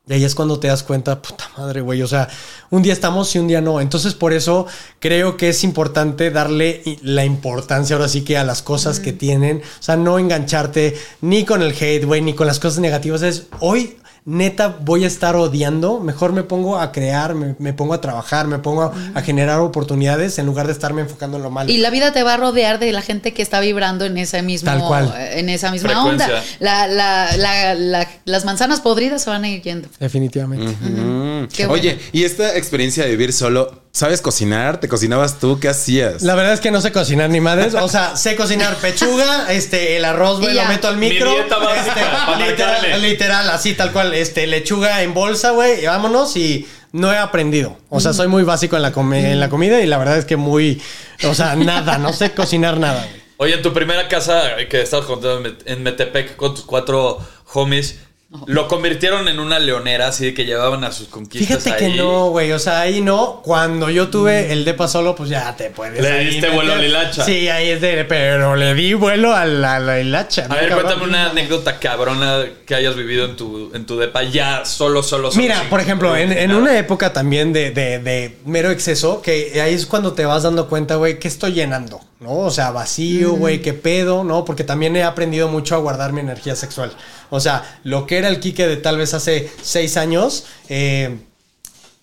Speaker 3: Y ahí es cuando te das cuenta, puta madre, güey. O sea, un día estamos y un día no. Entonces, por eso creo que es importante darle i- la importancia ahora sí que a las cosas que tienen. O sea, no engancharte ni con el hate, güey, ni con las cosas negativas. Es hoy neta voy a estar odiando, mejor me pongo a crear, me, me pongo a trabajar, me pongo a, a generar oportunidades en lugar de estarme enfocando en lo malo.
Speaker 6: Y la vida te va a rodear de la gente que está vibrando en esa misma,
Speaker 3: Tal cual.
Speaker 6: en esa misma
Speaker 2: Frecuencia.
Speaker 6: onda. La- la- la- la- las manzanas podridas se van a ir yendo.
Speaker 3: Definitivamente.
Speaker 5: Mm.
Speaker 6: Qué bueno.
Speaker 5: Oye, y esta experiencia de vivir solo, ¿sabes cocinar? ¿Te cocinabas tú? ¿Qué hacías?
Speaker 3: La verdad es que no sé cocinar ni madres. O sea, sé cocinar pechuga, este, el arroz, güey,
Speaker 6: Y
Speaker 3: lo
Speaker 6: ya.
Speaker 3: meto al
Speaker 2: Mi
Speaker 3: micro.
Speaker 2: dieta básica
Speaker 3: este,
Speaker 2: para marcarle.
Speaker 3: literal, literal, así tal cual, este, lechuga en bolsa, güey, y vámonos y no he aprendido. O sea, soy muy básico en la, comi- en la comida y la verdad es que muy, o sea, nada, no sé cocinar nada, güey.
Speaker 2: Oye, en tu primera casa eh, que estabas contando en Met- en Metepec con tus cuatro homies, Lo convirtieron en una leonera, así de que llevaban a sus conquistas
Speaker 3: Fíjate
Speaker 2: ahí.
Speaker 3: que no, güey. O sea, ahí no. Cuando yo
Speaker 6: Mm.
Speaker 3: tuve el depa solo, pues ya te puedes.
Speaker 2: Le
Speaker 3: ahí
Speaker 2: diste
Speaker 3: meter.
Speaker 2: vuelo a la hilacha.
Speaker 3: Sí, ahí es de. Pero le di vuelo a la, a la hilacha.
Speaker 2: A
Speaker 3: ¿no,
Speaker 2: ver,
Speaker 3: cabrón?
Speaker 2: cuéntame una anécdota cabrona que hayas vivido en tu, en tu depa ya solo, solo, solo.
Speaker 3: Mira,
Speaker 2: sin-
Speaker 3: por ejemplo, en, en una época también de, de- de mero exceso, que ahí es cuando te vas dando cuenta, güey, que estoy llenando, ¿no? O sea, vacío,
Speaker 9: Mm.
Speaker 3: güey, qué pedo, ¿no? Porque también he aprendido mucho a guardar mi energía sexual. O sea, lo que era el Quique de tal vez hace seis años, eh,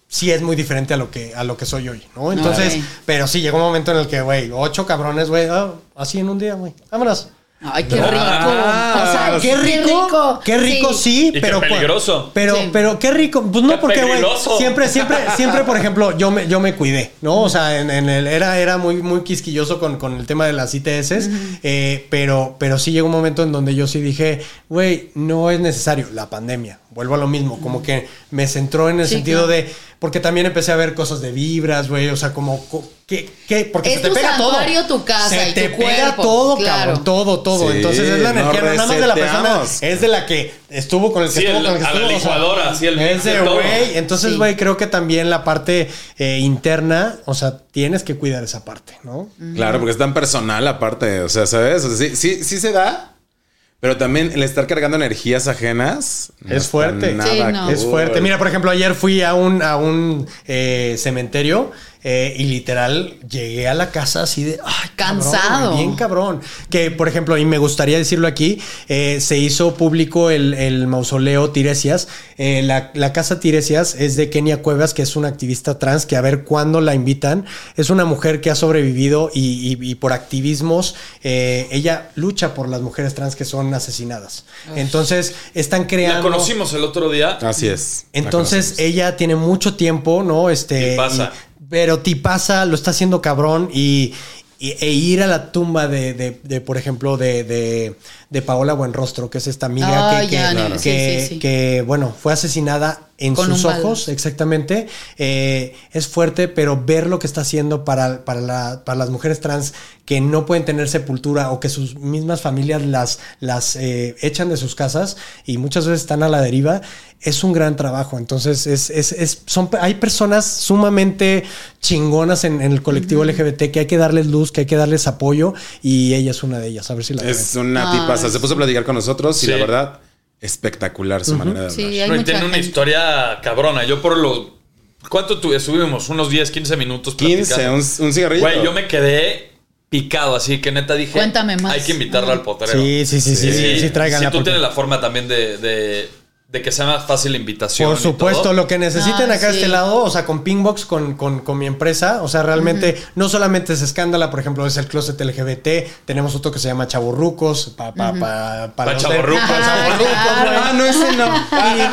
Speaker 3: sí es muy diferente a lo que, a lo que soy hoy, ¿no? Entonces,
Speaker 6: Ok.
Speaker 3: pero sí llegó un momento en el que, güey, ocho cabrones, güey, ah, así en un día, güey, vámonos.
Speaker 6: Ay, qué
Speaker 3: No.
Speaker 6: rico.
Speaker 3: Ah,
Speaker 6: o sea,
Speaker 3: qué rico. Qué rico, sí,
Speaker 2: Y qué
Speaker 3: pero. cua-
Speaker 2: peligroso.
Speaker 3: Pero, pero qué rico. Pues no, porque, güey.
Speaker 2: peligroso.
Speaker 3: Siempre, siempre, siempre, por ejemplo, yo me, yo me cuidé, ¿no? O sea, en, en el, era, era muy, muy quisquilloso con, con el tema de las ITS. eh, pero, pero sí llegó un momento en donde yo sí dije, güey, no es necesario. La pandemia. Vuelvo a lo mismo. Como que me centró en el
Speaker 6: Sí,
Speaker 3: sentido
Speaker 6: claro.
Speaker 3: de. Porque también empecé a ver cosas de vibras, güey. O sea, como. co- ¿Qué? qué? Porque
Speaker 6: Es
Speaker 3: se te
Speaker 6: tu
Speaker 3: pega todo.
Speaker 6: santuario, tu casa
Speaker 3: se
Speaker 6: y
Speaker 3: te
Speaker 6: tu
Speaker 3: pega
Speaker 6: cuerpo,
Speaker 3: todo,
Speaker 6: claro.
Speaker 3: cabrón. Todo, todo.
Speaker 5: Sí,
Speaker 3: Entonces es la
Speaker 5: no
Speaker 3: energía, no, nada más de la persona.
Speaker 5: reseteamos.
Speaker 3: Es de la que estuvo con el que
Speaker 2: Sí,
Speaker 3: estuvo
Speaker 2: el-
Speaker 3: con el que
Speaker 2: a la
Speaker 3: estuvo. o sea,
Speaker 2: licuadora, sí, el
Speaker 3: es de,
Speaker 2: de todo.
Speaker 3: güey. Entonces, güey, creo que también la parte eh, interna, o sea, tienes que cuidar esa parte, ¿no?
Speaker 5: Claro, porque es tan personal aparte, o sea, ¿sabes? O sea, sí, sí, sí se da, pero también el estar cargando energías ajenas no
Speaker 3: Es
Speaker 5: está
Speaker 3: fuerte.
Speaker 5: nada
Speaker 3: Es
Speaker 5: cool.
Speaker 3: fuerte. Mira, por ejemplo, ayer fui a un, a un eh, cementerio eh, y literal llegué a la casa así de. "Ay, cabrón,
Speaker 6: Cansado.
Speaker 3: güey, bien cabrón. Que, por ejemplo, y me gustaría decirlo aquí, eh, se hizo público el, el mausoleo Tiresias. Eh, la, la casa Tiresias es de Kenia Cuevas, que es una activista trans, que a ver cuándo la invitan. Es una mujer que ha sobrevivido y, y- y por activismos, eh, ella lucha por las mujeres trans que son asesinadas.
Speaker 2: Ay.
Speaker 3: Entonces, están creando...
Speaker 2: La conocimos el otro día.
Speaker 6: Ah.
Speaker 5: Así es.
Speaker 3: Entonces eh, ella tiene mucho tiempo, ¿no? Este.
Speaker 2: Tipaza.
Speaker 3: y- pero Tipasa lo está haciendo cabrón y. y- e ir a la tumba de, de- de, por ejemplo, de, de, de Paola Buenrostro, que es esta amiga
Speaker 6: Ah,
Speaker 3: que, que-
Speaker 6: ya, no,
Speaker 3: que-
Speaker 6: sí, sí, sí.
Speaker 3: que, bueno, fue asesinada en
Speaker 6: Con
Speaker 3: sus
Speaker 6: un balazo.
Speaker 3: ojos, exactamente. Eh, es fuerte, pero ver lo que está haciendo para, para, la- para las mujeres trans que no pueden tener sepultura o que sus mismas familias las, las eh, echan de sus casas y muchas veces están a la deriva, es un gran trabajo. Entonces, es, es- es- son, hay personas sumamente chingonas en, en el colectivo LGBT que hay que darles luz, que hay que darles apoyo y ella es una de ellas. A ver si la
Speaker 5: Es una
Speaker 6: Ay.
Speaker 5: tipaza. Se puso a platicar con nosotros
Speaker 2: Sí.
Speaker 5: y la verdad, espectacular su manera de hablar.
Speaker 6: Sí, hay
Speaker 2: No, y
Speaker 6: mucha
Speaker 2: tiene una
Speaker 6: gente.
Speaker 2: historia cabrona. Yo por los... ¿Cuánto tuve? Subimos unos 10, 15 minutos
Speaker 5: 15,
Speaker 2: platicando.
Speaker 5: un, un cigarrillo.
Speaker 2: Güey, yo me quedé picado, así que neta dije...
Speaker 6: Cuéntame más.
Speaker 2: Hay que invitarla al potrero. Eh,
Speaker 3: Sí, sí, sí, sí, sí, sí, tráiganla,
Speaker 2: Si tú
Speaker 3: porque-
Speaker 2: tienes la forma también de, de, de que sea más fácil la invitación
Speaker 3: Por
Speaker 2: y
Speaker 3: supuesto,
Speaker 2: todo.
Speaker 3: lo que necesiten
Speaker 6: Ah,
Speaker 3: acá de este
Speaker 6: sí.
Speaker 3: lado, o sea, con Pingbox, con, con, con mi empresa, o sea, realmente no solamente es escándala, por ejemplo, es el closet LGBT, tenemos otro que se llama Chaburrucos, pa, pa, pa,
Speaker 2: Pa'
Speaker 3: los-
Speaker 2: chavorrucos.
Speaker 3: pa' chavorrucos,
Speaker 6: claro.
Speaker 3: güey.
Speaker 5: Ah, no, ese no.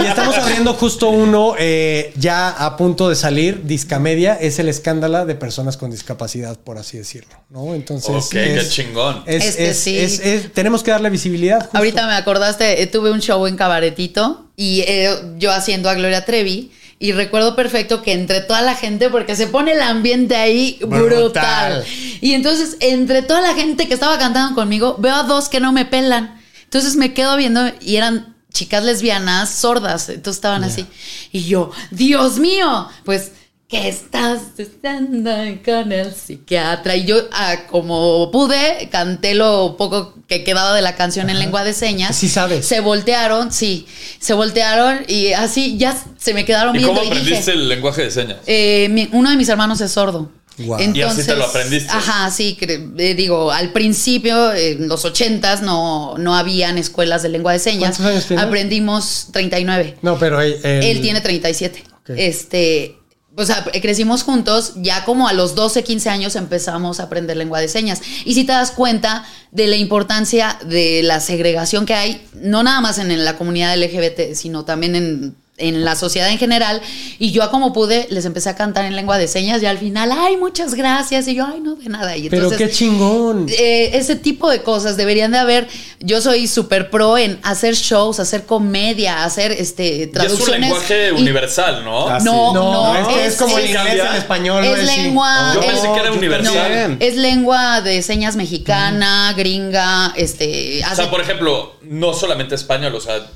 Speaker 3: Y estamos abriendo justo uno eh, ya a punto de salir, Discamedia, es el escándalo de personas con discapacidad, por así decirlo, ¿no? Entonces,
Speaker 2: Ok,
Speaker 3: es-
Speaker 2: qué chingón.
Speaker 3: es-
Speaker 6: Es que
Speaker 3: es-
Speaker 6: sí.
Speaker 3: es- es- tenemos que darle visibilidad. justo.
Speaker 6: Ahorita me acordaste, eh, tuve un show en Cabaretito y eh, yo haciendo a Gloria Trevi. Y recuerdo perfecto que entre toda la gente, porque se pone el ambiente ahí brutal.
Speaker 3: Brutal.
Speaker 6: Y entonces, entre toda la gente que estaba cantando conmigo, veo a dos que no me pelan. Entonces me quedo viendo y eran chicas lesbianas, sordas. Entonces estaban así. Y yo, Dios mío, pues que estás estando con el psiquiatra. Y yo, ah, como pude, canté lo poco que quedaba de la canción en lengua de señas.
Speaker 3: Sí sabes.
Speaker 6: Se voltearon, sí. Se voltearon y así ya se me quedaron
Speaker 2: ¿Y
Speaker 6: viendo.
Speaker 2: cómo
Speaker 6: y dije,
Speaker 2: aprendiste el lenguaje de señas?
Speaker 6: eh, mi- uno de mis hermanos es sordo.
Speaker 3: Guau.
Speaker 2: Y así te lo aprendiste.
Speaker 6: Ajá, sí. cre- eh, digo, al principio, en los ochentas, no, no habían escuelas de lengua de señas.
Speaker 3: ¿Cuántos años tiene?
Speaker 6: Aprendimos 39.
Speaker 3: No, pero eh, el-
Speaker 6: Él tiene 37.
Speaker 3: Ok.
Speaker 6: Este, o sea, crecimos juntos, ya como a los 12, 15 años empezamos a aprender lengua de señas. Y si te das cuenta de la importancia de la segregación que hay, no nada más en, en la comunidad LGBT, sino también en, en la sociedad en general. Y yo a como pude, les empecé a cantar en lengua de señas y al final, ay, muchas gracias. Y yo, ay, no, de nada. Y
Speaker 3: Pero
Speaker 6: entonces,
Speaker 3: qué chingón.
Speaker 6: eh, ese tipo de cosas deberían de haber. Yo soy súper pro en hacer shows, hacer comedia, hacer este
Speaker 2: Ya es
Speaker 6: traducciones.
Speaker 2: un lenguaje
Speaker 6: y-
Speaker 2: universal, ¿no?
Speaker 5: Ah, sí.
Speaker 6: No,
Speaker 3: No,
Speaker 6: no,
Speaker 3: es, que es como el
Speaker 2: es-
Speaker 3: inglés, el español.
Speaker 6: es
Speaker 3: güey, sí.
Speaker 6: lengua-
Speaker 2: Yo
Speaker 6: es-
Speaker 2: pensé que era
Speaker 6: yo
Speaker 2: universal.
Speaker 5: también.
Speaker 6: es lengua de señas mexicana, gringa, este.
Speaker 2: O
Speaker 6: hace-
Speaker 2: sea, por ejemplo, no solamente español, o sea,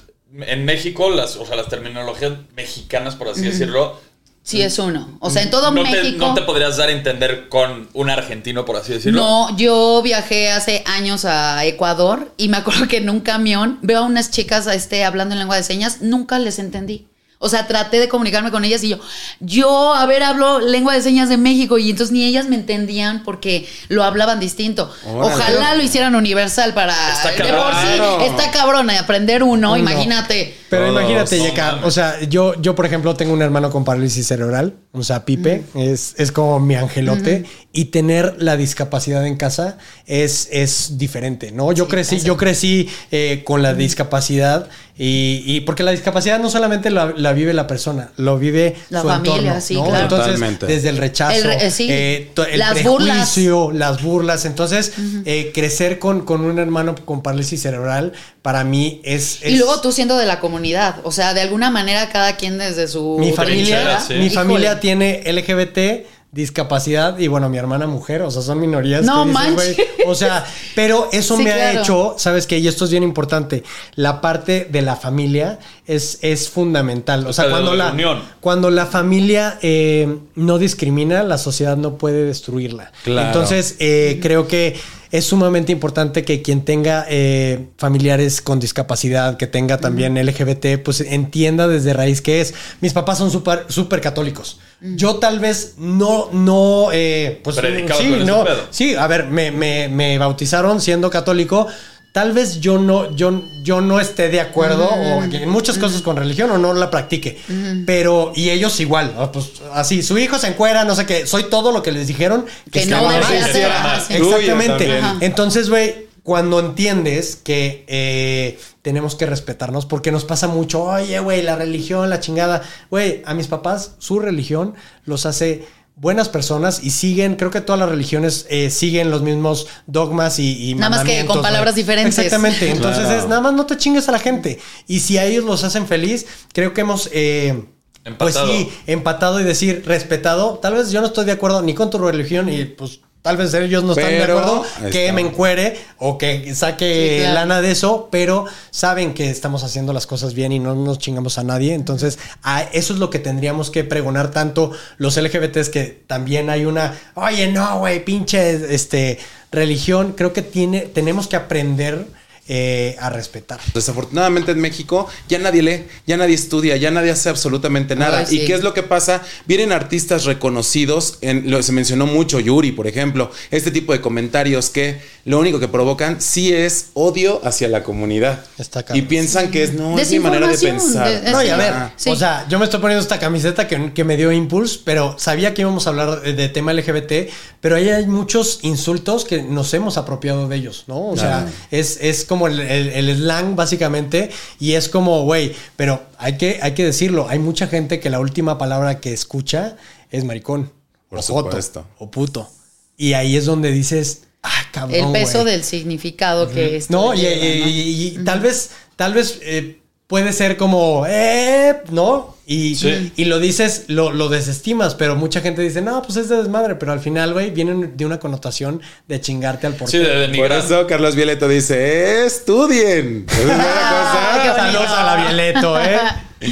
Speaker 2: en México, las, o sea, las terminologías mexicanas, por así
Speaker 6: Ujú.
Speaker 2: decirlo,
Speaker 6: Sí, es uno. O sea, en todo
Speaker 2: no te-
Speaker 6: México.
Speaker 2: no te podrías dar a entender con un argentino, por así decirlo.
Speaker 6: No, yo viajé hace años a Ecuador y me acuerdo que en un camión veo a unas chicas este, hablando en lengua de señas, nunca les entendí. O sea, traté de comunicarme con ellas y yo, yo, a ver, hablo lengua de señas de México y entonces ni ellas me entendían porque lo hablaban distinto.
Speaker 9: Órale.
Speaker 6: Ojalá lo hicieran universal para...
Speaker 9: Está
Speaker 6: de por sí,
Speaker 3: cabrón.
Speaker 6: está cabrón eh, aprender uno,
Speaker 3: No.
Speaker 6: imagínate.
Speaker 3: Pero
Speaker 6: Todos.
Speaker 3: imagínate, Yeka, o sea, yo, yo, por ejemplo, tengo un hermano con parálisis cerebral, o sea, Pipe, es, es como mi angelote,
Speaker 10: Ujú.
Speaker 3: y tener la discapacidad en casa es, es diferente, ¿no? Yo crecí, yo crecí eh, con la discapacidad, y, y porque la discapacidad no solamente la, la vive la persona, lo vive
Speaker 6: La
Speaker 3: su
Speaker 6: familia,
Speaker 3: entorno,
Speaker 6: sí,
Speaker 3: ¿no?
Speaker 6: claro.
Speaker 3: Entonces,
Speaker 5: Totalmente.
Speaker 3: desde el rechazo,
Speaker 6: El re- eh, sí.
Speaker 3: eh, to- el
Speaker 6: Las burlas.
Speaker 3: prejuicio, las burlas, entonces, eh, crecer con, con un hermano con parálisis cerebral, para mí es...
Speaker 6: Y
Speaker 3: es-
Speaker 6: luego tú siendo de la comunidad, o sea, de alguna manera cada quien desde su...
Speaker 3: mi familia,
Speaker 6: trinchera.
Speaker 3: mi
Speaker 6: Híjole.
Speaker 3: familia tiene LGBT, discapacidad y bueno, mi hermana mujer, o sea, son minorías.
Speaker 6: No
Speaker 3: que dices,
Speaker 6: manches.
Speaker 3: "Güey", O sea, pero eso
Speaker 6: Sí,
Speaker 3: me
Speaker 6: claro.
Speaker 3: ha hecho, sabes que, y esto es bien importante, la parte de la familia es, es fundamental. O
Speaker 2: sea,
Speaker 3: sea,
Speaker 2: de
Speaker 3: cuando
Speaker 2: la
Speaker 3: la,
Speaker 2: unión.
Speaker 3: cuando la familia eh, no discrimina, la sociedad no puede destruirla.
Speaker 5: Claro.
Speaker 3: Entonces, eh, creo que es sumamente importante que quien tenga eh, familiares con discapacidad, que tenga también LGBT, pues entienda desde raíz que es. Mis papás son súper super católicos. Yo tal vez no, no, eh, pues
Speaker 2: Predicaba
Speaker 3: sí,
Speaker 2: con ese
Speaker 3: no,
Speaker 2: pedo.
Speaker 3: sí, a ver, me, me- me bautizaron siendo católico. Tal vez yo no, yo, yo no esté de acuerdo o
Speaker 6: Mm.
Speaker 3: que en muchas cosas con religión o no la practique.
Speaker 6: Ujú.
Speaker 3: Pero, y ellos igual, ah, pues así, su hijo se encuera, no sé qué, soy todo lo que les dijeron
Speaker 6: Que
Speaker 3: está
Speaker 6: no
Speaker 3: mal.
Speaker 6: debe hacer,
Speaker 3: Exactamente.
Speaker 6: ajá, sí.
Speaker 3: Exactamente.
Speaker 6: Tuyo también.
Speaker 3: Entonces, güey, cuando entiendes que eh, tenemos que respetarnos, porque nos pasa mucho, oye, güey, la religión, la chingada. Güey, a mis papás, su religión los hace buenas personas y siguen, creo que todas las religiones eh, siguen los mismos dogmas y, y
Speaker 6: Nada más que
Speaker 3: mandamientos,
Speaker 6: con
Speaker 3: güey.
Speaker 6: palabras diferentes.
Speaker 3: Exactamente. Entonces
Speaker 6: Claro.
Speaker 3: es nada más no te chingues a la gente. Y si a ellos los hacen feliz, creo que hemos. eh,
Speaker 2: Empatado.
Speaker 3: Pues sí, empatado y decir respetado. Tal vez yo no estoy de acuerdo ni con tu religión y pues tal vez ellos no están
Speaker 5: Pero-
Speaker 3: de acuerdo
Speaker 5: Ahí
Speaker 3: que
Speaker 5: está.
Speaker 3: me encuere o que saque
Speaker 5: Sí, claro.
Speaker 3: lana de eso, pero saben que estamos haciendo las cosas bien y no nos chingamos a nadie. Entonces, a eso es lo que tendríamos que pregonar tanto los LGBTs que también hay una, oye, no, güey, pinche este, religión. Creo que tiene, tenemos que aprender eh, a respetar.
Speaker 5: Desafortunadamente en México ya nadie lee, ya nadie estudia, ya nadie hace absolutamente
Speaker 6: Ah,
Speaker 5: nada.
Speaker 3: Ay, sí.
Speaker 5: ¿Y qué es lo que pasa? Vienen artistas reconocidos, en, lo, se mencionó mucho Yuri, por ejemplo, este tipo de comentarios que lo único que provocan sí es odio hacia la comunidad. y piensan que es, no, es mi manera de
Speaker 3: Desinformación,
Speaker 5: pensar.
Speaker 3: de- no, y a
Speaker 5: Ajá.
Speaker 3: ver, o sea, yo me estoy poniendo esta camiseta que, que me dio Impulse, pero sabía que íbamos a hablar de, de tema LGBT, pero ahí hay muchos insultos que nos hemos apropiado de ellos, ¿no? O
Speaker 5: Claro.
Speaker 3: sea, es, es como el, el- el slang, básicamente, y es como, güey, pero hay que, hay que decirlo, hay mucha gente que la última palabra que escucha es maricón,
Speaker 5: Por
Speaker 3: o joto,
Speaker 5: supuesto.
Speaker 3: o puto. Y ahí es donde dices, ah, cabrón.
Speaker 6: El peso
Speaker 3: güey".
Speaker 6: del significado que es.
Speaker 3: No, y, y- y- y tal vez, tal vez eh, puede ser como, eh, ¿no? Y,
Speaker 2: Sí.
Speaker 3: y lo dices, lo, lo desestimas, pero mucha gente dice, no, pues es de desmadre, pero al final, güey, vienen de una connotación de chingarte al portero.
Speaker 5: Por eso Carlos Violeto dice, estudien. Esa es la
Speaker 6: Ah,
Speaker 5: cosa.
Speaker 3: Saludos a la Violeto, ¿eh?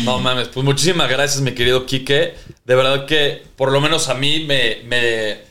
Speaker 2: No mames, pues muchísimas gracias, mi querido Quique. De verdad que, por lo menos a mí, me. me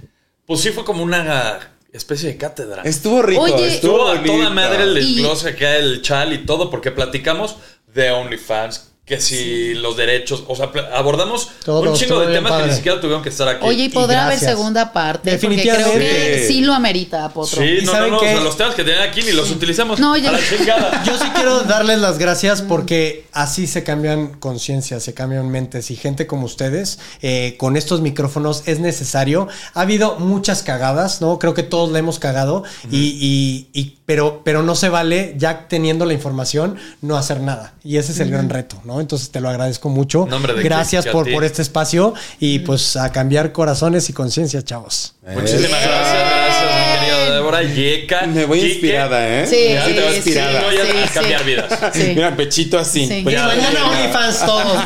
Speaker 2: pues sí fue como una especie de cátedra.
Speaker 5: Estuvo rico,
Speaker 6: Oye,
Speaker 2: estuvo
Speaker 5: estuvo
Speaker 2: a toda
Speaker 5: bonito.
Speaker 2: madre el
Speaker 6: Y-
Speaker 2: desglose acá, el chal y todo, porque platicamos de OnlyFans, que si los derechos, o sea, pla- abordamos
Speaker 3: Todo,
Speaker 2: un chingo
Speaker 3: estuvo
Speaker 2: de
Speaker 3: bien
Speaker 2: temas que ni
Speaker 3: padre.
Speaker 2: siquiera tuvieron que estar aquí.
Speaker 6: Oye, y podrá haber segunda parte. Definitivamente. Porque creo que
Speaker 2: Definitivamente.
Speaker 6: sí lo amerita, Potro.
Speaker 2: Sí, no, no, no, o sea,
Speaker 3: qué?
Speaker 2: los temas que tenían aquí ni los utilizamos.
Speaker 6: No, ya-
Speaker 2: A la chingada.
Speaker 3: Yo sí quiero darles las gracias porque así se cambian conciencias, se cambian mentes y gente como ustedes eh, con estos micrófonos es necesario. Ha habido muchas cagadas, ¿no? Creo que todos la hemos cagado y, y- y- pero, pero no se vale ya teniendo la información no hacer nada y ese es el
Speaker 2: Ujú.
Speaker 3: gran reto, ¿no? Entonces te lo agradezco mucho.
Speaker 2: Nombre de
Speaker 3: gracias
Speaker 2: que- que a
Speaker 3: por,
Speaker 2: ti.
Speaker 3: por este espacio y pues a cambiar corazones y conciencias, chavos.
Speaker 5: Eh,
Speaker 2: Muchísimas gracias, gracias, mi querido Débora Yeca. Me
Speaker 5: voy inspirada, ¿eh?
Speaker 6: Sí,
Speaker 5: Ya te vas
Speaker 6: sí,
Speaker 5: inspirada.
Speaker 6: sí, No, ya te sí, vas a sí. cambiar
Speaker 2: vidas.
Speaker 5: Mira, pechito así.
Speaker 6: Sí.
Speaker 2: Pues
Speaker 5: pechito
Speaker 6: Y mañana
Speaker 5: así.
Speaker 3: Pues OnlyFans todos,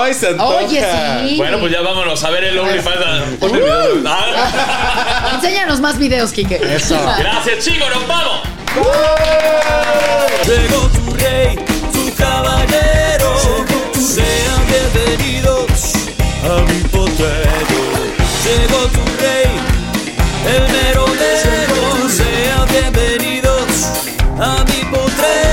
Speaker 5: Ay, se antoja.
Speaker 6: Oye, sí.
Speaker 2: Bueno, pues ya vámonos a ver el OnlyFans. Ponle
Speaker 6: Uh.
Speaker 2: video. Ah,
Speaker 6: Enséñanos más videos, Kike.
Speaker 2: Gracias, chicos, nos vamos.
Speaker 9: Llegó tu rey, su
Speaker 2: caballeros, sean bienvenidos a mi potrero. Llegó tu rey, el mero mero, sean bienvenidos a mi potrero.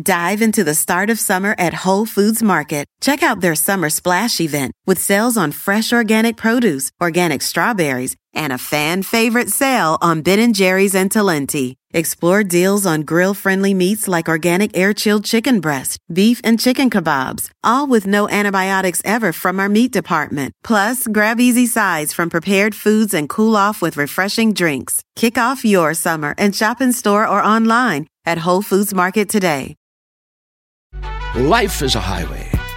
Speaker 7: Dive into the start of summer at Whole Foods Market. Check out their summer splash event with sales on fresh organic produce, organic strawberries, and a fan favorite sale on Ben and Jerry's and Talenti. Explore deals on grill friendly meats like organic air chilled chicken breast, beef and chicken kebabs, all with no antibiotics ever from our meat department. Plus, grab easy sides from prepared foods and cool off with refreshing drinks. Kick off your summer and shop in store or online at Whole Foods Market today.
Speaker 11: Life is a highway,